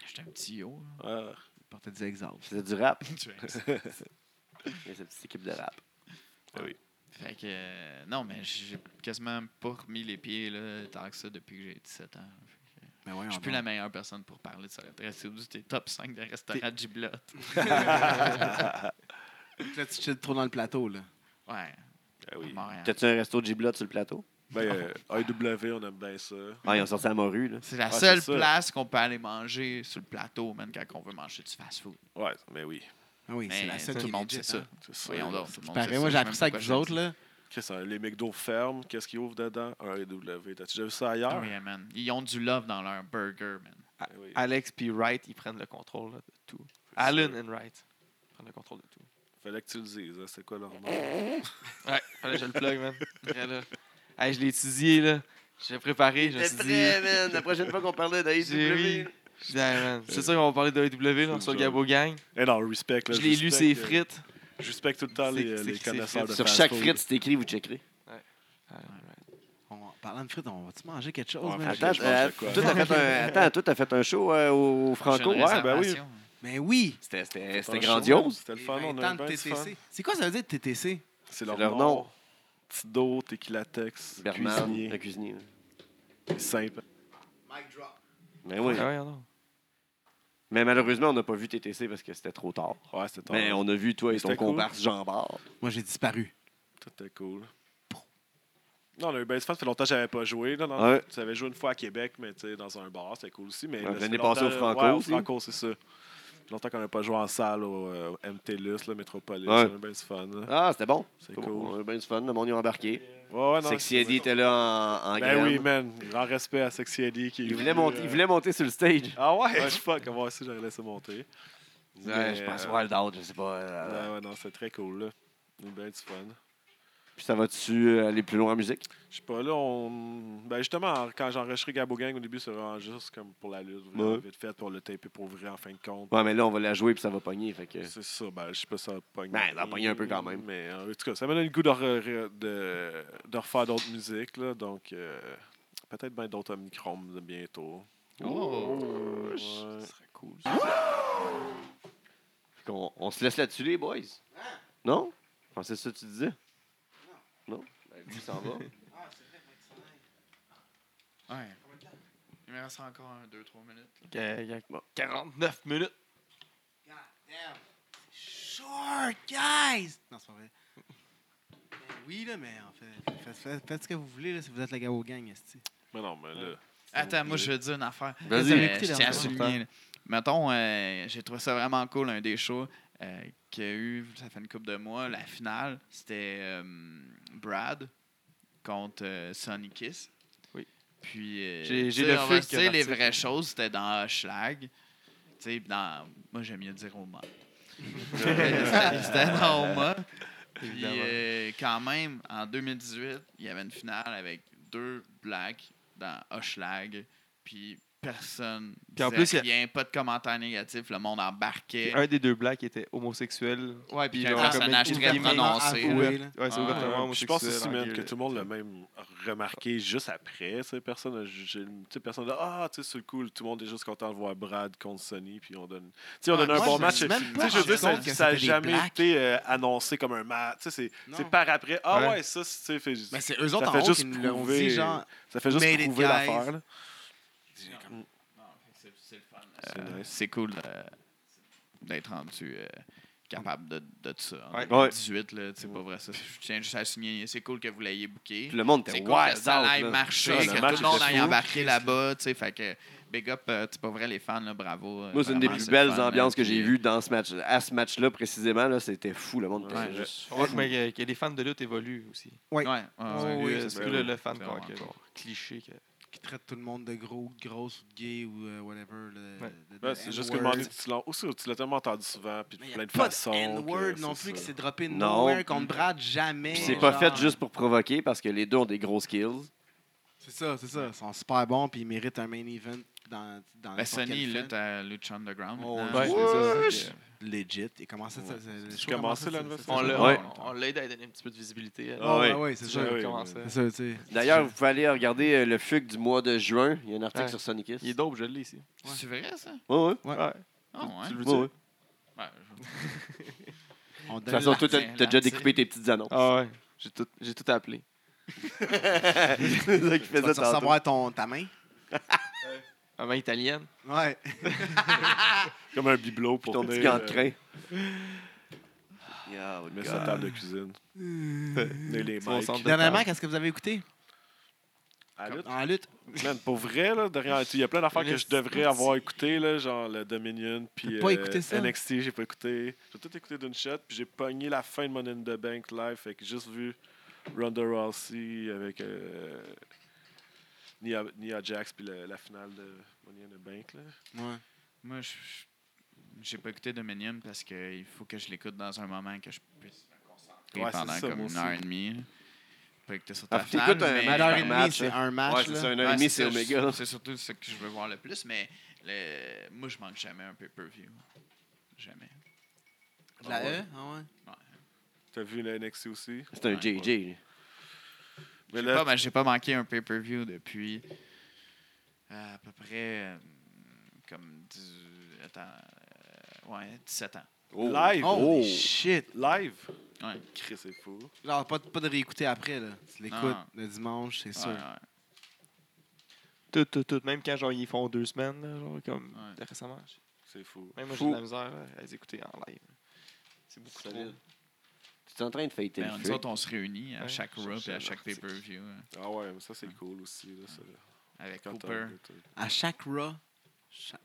j'étais un petit yo.
Ah.
Il portait des exhaust.
C'est du rap.
là. Tu vois.
Il y a cette petite équipe de rap.
Fait que, euh, non, mais j'ai quasiment pas remis les pieds là, tant que ça depuis que j'ai 17 ans.
Ben voyons
Je suis plus
donc.
la meilleure personne pour parler de ça. C'est du tes top 5 des restaurants de giblotte.
Là, tu chilles trop dans le plateau, là.
Ouais,
Ah oui.
Montréal.
T'as-tu un resto de giblotte sur le plateau?
Ben, euh, AEW, on aime bien ça.
Ah, ils ont sorti à Morue, là.
C'est la
Ah, c'est
seule
ça.
place qu'on peut aller manger sur le plateau, même quand on veut manger du fast-food.
Ouais, ben oui.
Ah oui, c'est
Mais
la seule
tout
qui
le
est
monde
legit,
sait ça.
hein.
C'est ça.
Voyons donc, tout le monde sait
Pareil, moi, j'ai
Je sais
appris
même
ça
pas
avec vous
pourquoi
autres, là.
Qu'est-ce que ça- les McDo ferment, qu'est-ce qu'ils ouvrent dedans? Un AEW. T'as-tu déjà vu ça
j'ai dit ça.
ailleurs?
Ah oui, man. Ils ont du love dans leur burger, man.
Ben oui.
Alex puis Wright, ils prennent le contrôle là, de tout. Allen and Wright prennent le contrôle de tout.
Fallait que tu le dises, hein, c'est quoi leur nom?
Ouais, fallait que je le plug, man. Après, là. Hey, je l'ai étudié, là. J'ai préparé, je me suis dit.
man. La prochaine fois qu'on parlait
Jerry. je dis, hey, man, C'est sûr qu'on va parler de AEW, là,
C'est
sur le
ça.
Gabo Gang.
Eh non, respect. Là,
Je l'ai lu,
respecte,
ses
euh,
frites. Ah
Je respecte tout le temps
C'est-
les,
c'est
les
qui ses
connaisseurs
frites?
de
Sur
fast
chaque
food.
frite, c'est écrit, vous checkerez.
Allen and Wright.
On- Parlant de frites, on va-tu manger quelque chose,
Ouais,
man?
fait-
Attends,
je pense que
euh,
c'est quoi.
toi, t'as fait un- attends, toi, t'as fait un show euh, au Franco.
J'ai une
ouais, ben oui.
réservation.
Mais oui!
C'était- C'était
Dans
c'était
le
grandiose.
show, C'était le
Les
fun, on
20 ans
a eu
de
bien du fun.
TTC. C'est quoi ça veut dire TTC?
C'est
C'est
leur,
leur
nom.
nom.
Tido, Tequilatex,
Bernard, le
cuisinier,
cuisinier.
simple.
Mic drop.
Mais oui.
Ah ouais, non.
Mais malheureusement, on n'a pas vu TTC parce que c'était trop tard.
Ouais, c'était
Mais
ton-
on a vu toi et ton
C'était cool.
comparse Jean Bart.
Moi, j'ai disparu.
Tout était cool. Non, on a eu bien du fun. Ça fait longtemps que j'avais pas joué. Là, dans-
Ouais.
Tu avais joué une fois à Québec, mais tu sais, dans un bar, c'était cool aussi. Mais
Ouais,
là, ça
l'année
fait
passée au
longtemps-
Franco
ouais,
aussi.
Franco, c'est ça. Ça fait Longtemps qu'on n'a pas joué en salle au, euh, au MTLUS, le Métropolis.
Ouais.
On a eu bien du fun. là.
Ah, c'était bon.
C'est
C'était
cool.
bon. On a eu bien du fun. Le monde y a embarqué.
Ouais, ouais, non,
Sexy
c'est-
Eddie était là en, en
Ben oui,
graine.
man. Grand respect à Sexy Eddie. Qui est
il, voulait
venu,
monter,
euh,
il voulait monter sur le stage.
Ah ouais, fuck. Moi aussi, j'aurais laissé monter.
Ouais, je pense Wild Out, je sais pas.
Ouais,
euh,
ouais, non, c'est très cool. Là. On a eu bien du fun.
Puis ça va-tu euh, aller plus loin en musique?
Je sais pas, là, on. Ben justement, quand j'enregistrais Gabo Gang au début, c'est vraiment juste comme pour la lutte,
Ouais.
vraiment vite fait, pour le taper pour vrai en fin de compte.
Ouais, mais là, on va la jouer puis ça va pogner. Fait que...
C'est ça, ben je sais pas si ça va pogner.
Ben, ça va pogner un peu quand même.
Mais en tout cas, ça me donne le goût de, re- de, de refaire d'autres musiques, là, donc euh, peut-être bien d'autres Omnichrome de bientôt.
Oh.
Ouais.
serait cool.
Fait qu'on- on, se laisse là-dessus, les boys. Non? Je pensais que c'est ça que tu disais. Ah! Non? Ben, lui, il s'en va.
Ah,
Ouais. Il me reste encore 2-3 minutes.
Ok, il y a 49 minutes.
God damn. Short, guys! Non, c'est pas vrai. Ben oui, là, mais en fait, faites, faites- faites ce que vous voulez, là, si vous êtes la Gabo Gang, esti.
Mais non, mais là.
Attends, moi, je veux dire une affaire.
Vas-y.
Euh,
Vous avez écouté
je tiens à
dernièrement?
souligner. là. Mettons, euh, j'ai trouvé ça vraiment cool, un des shows euh, qu'il y a eu, ça fait une couple de mois, la finale, c'était euh, Brad contre euh, Sonny Kiss.
Oui.
Puis, euh,
J'ai- j'ai
tu sais,
le
on va
fil
se
que
dire, les
Martin-
vraies choses, c'était dans Schlag. Tu sais, dans... Moi, j'aime mieux dire Oma. c'était c'était dans Oma. Puis,
Évidemment.
euh, quand même, en 2018, il y avait une finale avec deux blacks dans Hoshlag. Puis, personne.
Puis en
disait
plus, il y a-
rien, pas de commentaires négatifs. Le monde embarquait.
Un des deux blacks était homosexuel.
Ouais, puis
puis
un
genre,
personnage
comme
très
une-
prononcé.
Oui,
là.
Ouvert-
là.
Ouais, c'est
Ah,
ouvertement
ouais.
Puis Je
homosexuel.
pense aussi,
en
man,
gueule.
que tout le monde l'a même remarqué juste après. tu sais, Personne n'a jugé. tu sais, Personne a Ah, tu sais, c'est cool. Tout le monde est juste content de voir Brad contre Sonny. Puis on donne. Tu sais, on
Ouais,
donne un
moi,
bon
je
match.
me suis même
Tu
pas
sais, je veux dire,
rendu compte que
ça n'a
c'était des
jamais
Blacks.
été euh, annoncé comme un match. Tu sais, c'est-
Non.
c'est par après. Ah,
Ouais.
ouais, ça, c'est- tu sais, fait-
Mais Ben, c'est eux
Ça
autres
fait
en haut
juste
qui nous l'ont
prouver-
dit, genre.
ça fait juste
Made it,
prouver
guys.
l'affaire. là.
Non, fait que C'est c'est le fun.
C'est
Euh,
nice.
C'est cool euh, d'être rendu euh, capable de, de, ça. En
Ouais.
2018, là, c'est pas vrai ça. Je tiens juste à souligner, c'est cool que vous l'ayez booké.
Puis le monde
C'est
était
cool
wild
que ça
out,
aille
là.
marcher,
Ouais, le
que
match
tout le monde
était
aille
fou.
embarquer là-bas, tu sais, fait que big up, euh, c'est pas vrai les fans, là, bravo. euh,
Moi, c'est une des
vraiment,
plus
le
belles
fun, là,
ambiances que j'ai
puis, euh,
vues dans ce match À ce match-là, précisément, là, c'était fou. Le monde était
Ouais.
juste.
On voit que, mais, euh, que les fans de lutte évoluent aussi.
Ouais, ouais, ouais,
Oui,
Oui,
ouais,
c'est
ouais,
surtout le,
ouais.
le fan
C'est Ben,
quoi,
vraiment
que-
cool.
cliché. Que...
qui traite tout le monde de gros, de grosse, ou de gay ou euh, whatever. le-
Ouais.
le- le
Ouais, C'est juste que
N-word.
demander, tu l'as aussi, tu l'as tellement entendu souvent. Puis
Mais
de
y a
plein de
pas de
façons.
N-word
que
non
c'est
plus qui
ça.
s'est droppé
Non.
nowhere contre Brad jamais.
Puis c'est pas
genre.
fait juste pour provoquer parce que les deux ont des gros skills.
C'est ça, c'est ça. Ils sont super bons puis ils méritent un main event dans dans
Ben,
n'importe quelle
Sonny, il
fête.
lutte à Lucha Underground.
Oh,
maintenant.
ouais.
Ouais,
Ouais.
c'est ça, c'est que-
legit. Et comment ça, ça, ça- le show
commencé,
commence ça,
là,
ça,
le
ça,
festival?
On l'a
Ouais.
on- on l'aide à donner un petit peu de visibilité. là.
Ah
Ah
ouais.
ouais, ouais, c'est
C'est
ça.
sûr,
ouais,
comment ça.
C'est ça, tu sais.
D'ailleurs, vous pouvez aller regarder euh, le FUC du mois de juin. Il y a un article
Ouais.
sur Sonic Kiss.
Il est dope, je l'ai ici.
C'est vrai, ça?
Ouais, ouais.
Ouais.
Ouais.
Ah, ouais.
Tu le
Ouais,
veux-tu?
ouais.
Ouais,
De
On donne
toute façon,
la-
toi, t'as
l'article,
t'as déjà
l'article.
découpé tes petites annonces.
Ah ouais, j'ai tout, j'ai tout appelé.
c'est ça qui
tu vas
faisait tantôt.
savoir ton, ta main.
Ma main italienne.
Ouais.
Comme un bibelot pour
Ton petit
tenir,
gant de Ah,
euh,
crin.
Mais sur la table de cuisine. Mais les
Tu vas au
mecs.
centre de
Dernièrement,
table.
qu'est-ce que vous avez écouté
À la lutte,
en lutte?
man, pour vrai, là, derrière, il y a plein d'affaires que je devrais avoir écouté, là, genre le Dominion, puis
T'as pas
euh,
écouté ça?
NXT, j'ai pas écouté. J'ai tout écouté d'une shot, puis j'ai pogné la fin de Money in the Bank live, fait que juste vu Ronda Rousey avec euh, Nia, Nia Jax, puis le- la finale de Money in the Bank. Là.
Ouais.
Moi, je- je- j'ai pas écouté Dominion parce qu'il faut que je l'écoute dans un moment que je puisse me concentrer
Ouais, c'est
pendant
ça,
comme
moi
une heure
aussi.
et demie. J'ai Pas écouté sur
Ah,
ta
puis
finale,
t'écoutes un
mais-
Une heure et demie,
match,
c'est
hein.
un
Ouais,
match.
c'est
là.
ça, un
Ouais,
heure et demie, c'est
ça, je-
Omega.
C'est surtout ce que je veux voir le plus, mais le- moi, je manque jamais un pay-per-view. Jamais.
De La E, ah ouais.
T'as vu le NXT aussi?
C'est un
Ouais.
JJ. lui.
Mais
J'ai
là,
pas, ben, j'ai pas manqué un pay-per-view depuis euh, à peu près euh, comme du- attends, euh, ouais, 17 ans.
live!
Oh shit!
Live!
Ouais.
Chris, c'est fou.
Genre, pas, de- pas de réécouter après, là. Tu l'écoutes
Non.
le dimanche, c'est sûr.
Ouais, ouais.
Tout, tout, tout. Même quand genre, ils font deux semaines, là, genre, comme
Ouais.
récemment.
C'est fou.
Même moi, j'ai
Fou.
de la misère là, à les écouter en live. C'est beaucoup trop.
Solide. Tu es en train de fêter
Ben,
le
nous
FUC.
autres, on se réunit à
Ouais,
chaque
je
Raw
cherchais
et à chaque
l'article.
pay-per-view hein,
Ah ouais, mais ça, c'est cool aussi. Là, ça,
avec
quand t'as-
Cooper.
t'as-
À chaque Raw, chaque,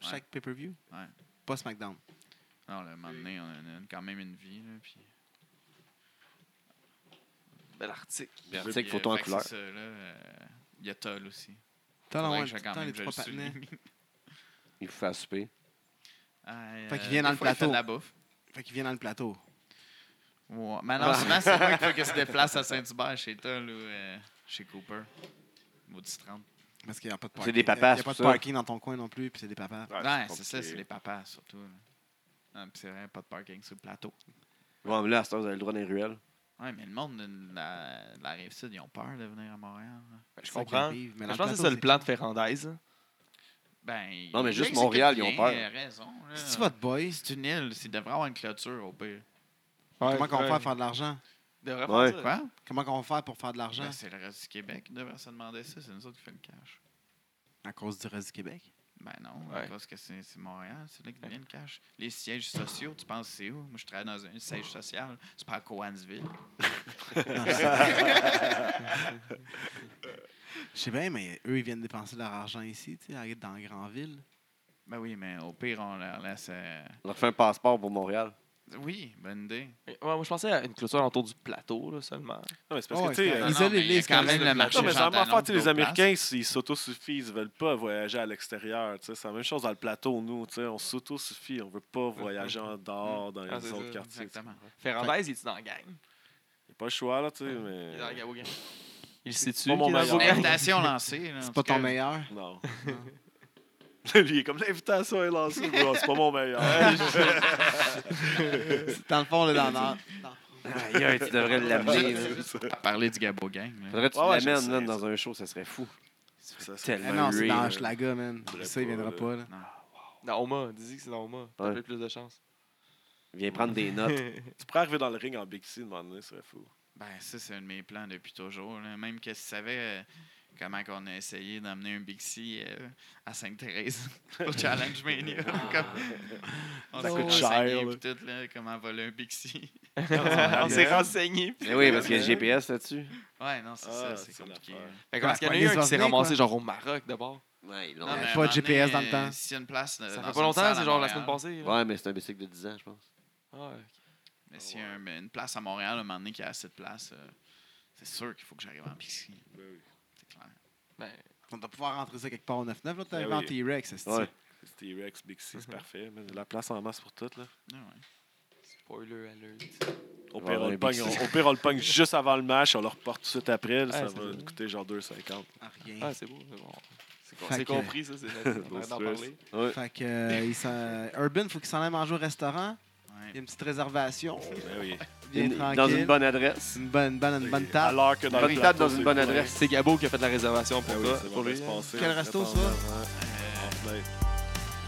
chaque pay-per-view,
Ouais.
pas SmackDown.
Non, le moment donné, on a une- quand même une vie. Là, puis...
Bel article.
Tu sais
Puis,
qu'il faut
euh,
tout en
fait que
couleur.
c'est ça, là, euh, Il y a Toll aussi.
T'as
Faudrait
l'envoi
que je- quand même
les
je
trois
le souligne.
partenaires.
Il faut faire souper.
Ah,
Fait qu'il
euh,
vient dans
des
le
fois, il fait de
plateau.
la bouffe.
Fait qu'ils viennent dans le plateau.
Ouais. Mais non, souvent, c'est moi qui faut que se déplace à Saint-Hubert chez Toll ou euh, chez Cooper. Maudit 30.
Parce qu'il n'y a pas de
C'est
parking.
des papas,
Il n'y
c'est
a pas de
pour ça.
parking dans ton coin non plus, puis c'est des papas.
Ouais,
Ouais,
c'est
c'est ça, c'est
compliqué.
les papas surtout. là. Ah, puis c'est vrai, pas de parking sur le plateau.
Bon, mais là, à cette heure, vous avez le droit d'un ruelle.
Ouais, mais le monde de la, de la Rive-Sud, ils ont peur de venir à Montréal. là.
Ben, Je
C'est ça qui
comprends.
arrive, mais
Je
dans
pense
le
que
plateau,
c'est ça le plan de Ferrandez. là.
Ben,
Non, mais
le
juste
Mexique,
Montréal, ils
bien
ont peur.
euh, raison. là.
Si tu vas te boy,
C'est une île, il devrait avoir une clôture au pire.
comment qu'on va
ouais.
faire pour faire de l'argent?
Il devrait
Ouais.
faire ça.
Quoi?
Comment qu'on va faire pour faire de l'argent?
Ben, c'est le reste du Québec qui devrait se demander ça, c'est nous autres qui fait le cash.
À cause du reste du Québec.
Ben non,
Ouais.
parce que c'est c'est Montréal, c'est là qui devient le cash. Les sièges sociaux, tu penses c'est où? Moi, je travaille dans un siège social, c'est pas à Cowansville.
Je sais bien, mais eux, ils viennent dépenser leur argent ici, tu sais, à- dans la grande ville.
Ben oui, mais au pire, on leur laisse... euh,
On leur fait un passeport pour Montréal.
Oui, bonne idée.
Ouais, moi, je pensais à une clôture autour du plateau là, seulement.
Non, mais c'est parce
Ouais,
que, tu sais,
c'est
euh,
vrai. Isolez-les,
mais il y a
c'est
quand
comme ça,
même
le
le
plateau.
marché.
Non, mais ça
Jean
va
Talon
faire, tu sais, les
d'autres places.
Américains, ils ils s'autosuffisent, ils veulent pas voyager à l'extérieur. tu sais. C'est la même chose dans le plateau, nous. tu sais, On s'autosuffit, on veut pas voyager en dehors dans
Ah,
les
c'est
autres
ça,
quartiers. Il
Exactement.
Fernandez, il est dans la gang.
a pas le choix, là, tu sais,
Il est dans la
mais.
Gabo Gang. Il se situe.
pas mon
qu'il est dans la
meilleur.
Gabo Gang?
Invitation lancée. là, en
C'est
tout
pas ton
cas.
meilleur.
Non. Lui, il est comme l'invitation est lancée. bro, C'est pas mon meilleur.
C'est Dans le fond, là, dans l'art.
Aïe, aïe, tu devrais l'amener. man.
Parler du Gabo Gang. là.
Faudrait que tu
Ouais, ouais, je
l'amènes
sais,
man,
ça.
dans un show, ça serait fou.
Ça, c'est-
tellement
Ah non, c'est
Ray,
dans
là.
Schlaga, man. Ça, il viendra pas, là.
Dans Oma. Dis-y que c'est dans Oma. T'as
Ouais.
peut-être plus de chance.
Viens prendre des notes.
Tu pourrais arriver dans le ring en Bixi, de moment donné, ce serait fou.
Ben, ça, c'est un de mes plans depuis toujours. là. Même que tu savais euh, comment on a essayé d'emmener un Bixi euh, à Sainte-Thérèse pour Challenge Mania. Comme- on
Ça
s'est
coûte
renseigné
cher,
pis tout, là, comment voler un Bixi.
On s'est renseigné. puis-
Mais oui, parce qu'il y a le GPS là-dessus.
Ouais, non, c'est
Ah,
ça, c'est
c'est
compliqué.
l'affaire.
là.
Fait que parce qu'il y en a
Ouais,
eu un qui s'est
quoi.
ramassé genre au Maroc d'abord.
Ouais, ils l'ont-
Ah,
Non,
pas
mais à
de
un moment
GPS dans le
donné,
temps.
euh, S'il y a une place.
Ça fait pas longtemps, c'est genre la semaine passée.
ben,
là.
Ouais, mais c'est un bicycle de 10 ans, je pense.
Ah, ouais.
Mais s'il y a un- une place à Montréal, à un moment donné, qui a assez de place, euh, c'est sûr qu'il faut que j'arrive en Bixi. C'est clair.
On doit pouvoir rentrer ça quelque part au 9-9. Là, t'as
Ben
un
oui.
T-Rex, c'est
Ouais.
C'est T-Rex, Bixi, c'est parfait. mais La place en masse pour toutes, là.
Ah ouais.
Spoiler alert.
Au
Ouais,
pire, on
ouais,
le pogne-
Bixi.
au pire, on le pogne juste avant le match, on le reporte tout de suite après. là,
Ouais,
Ça
c'est
va
ça.
nous coûter genre 2,50.
Ah, rien.
Ah, c'est beau, c'est bon. C'est con-
Fait
c'est
que-
compris, ça, c'est
No
la d'en
stress.
parler.
Ouais.
Fait que euh, il s'en- Urban, faut qu'il s'en aille manger au restaurant.
Ouais.
Il y a une petite réservation.
Ben oui.
Bien
Une-
tranquille.
dans une bonne adresse.
une bonne, bonne, une bonne table.
Alors que dans
Bonne
le
table
plateau,
dans une
c'est
bonne
plein.
adresse.
C'est Gabo qui a fait la réservation pour
Ah oui,
toi.
c'est
pour
bon,
lui.
laisse passer.
Quel resto, ça?
Euh,
Ouais.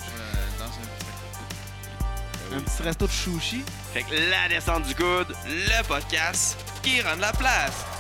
euh, dans un-
Un petit resto de sushi.
Fait que la descente du coude, le podcast qui rend la place.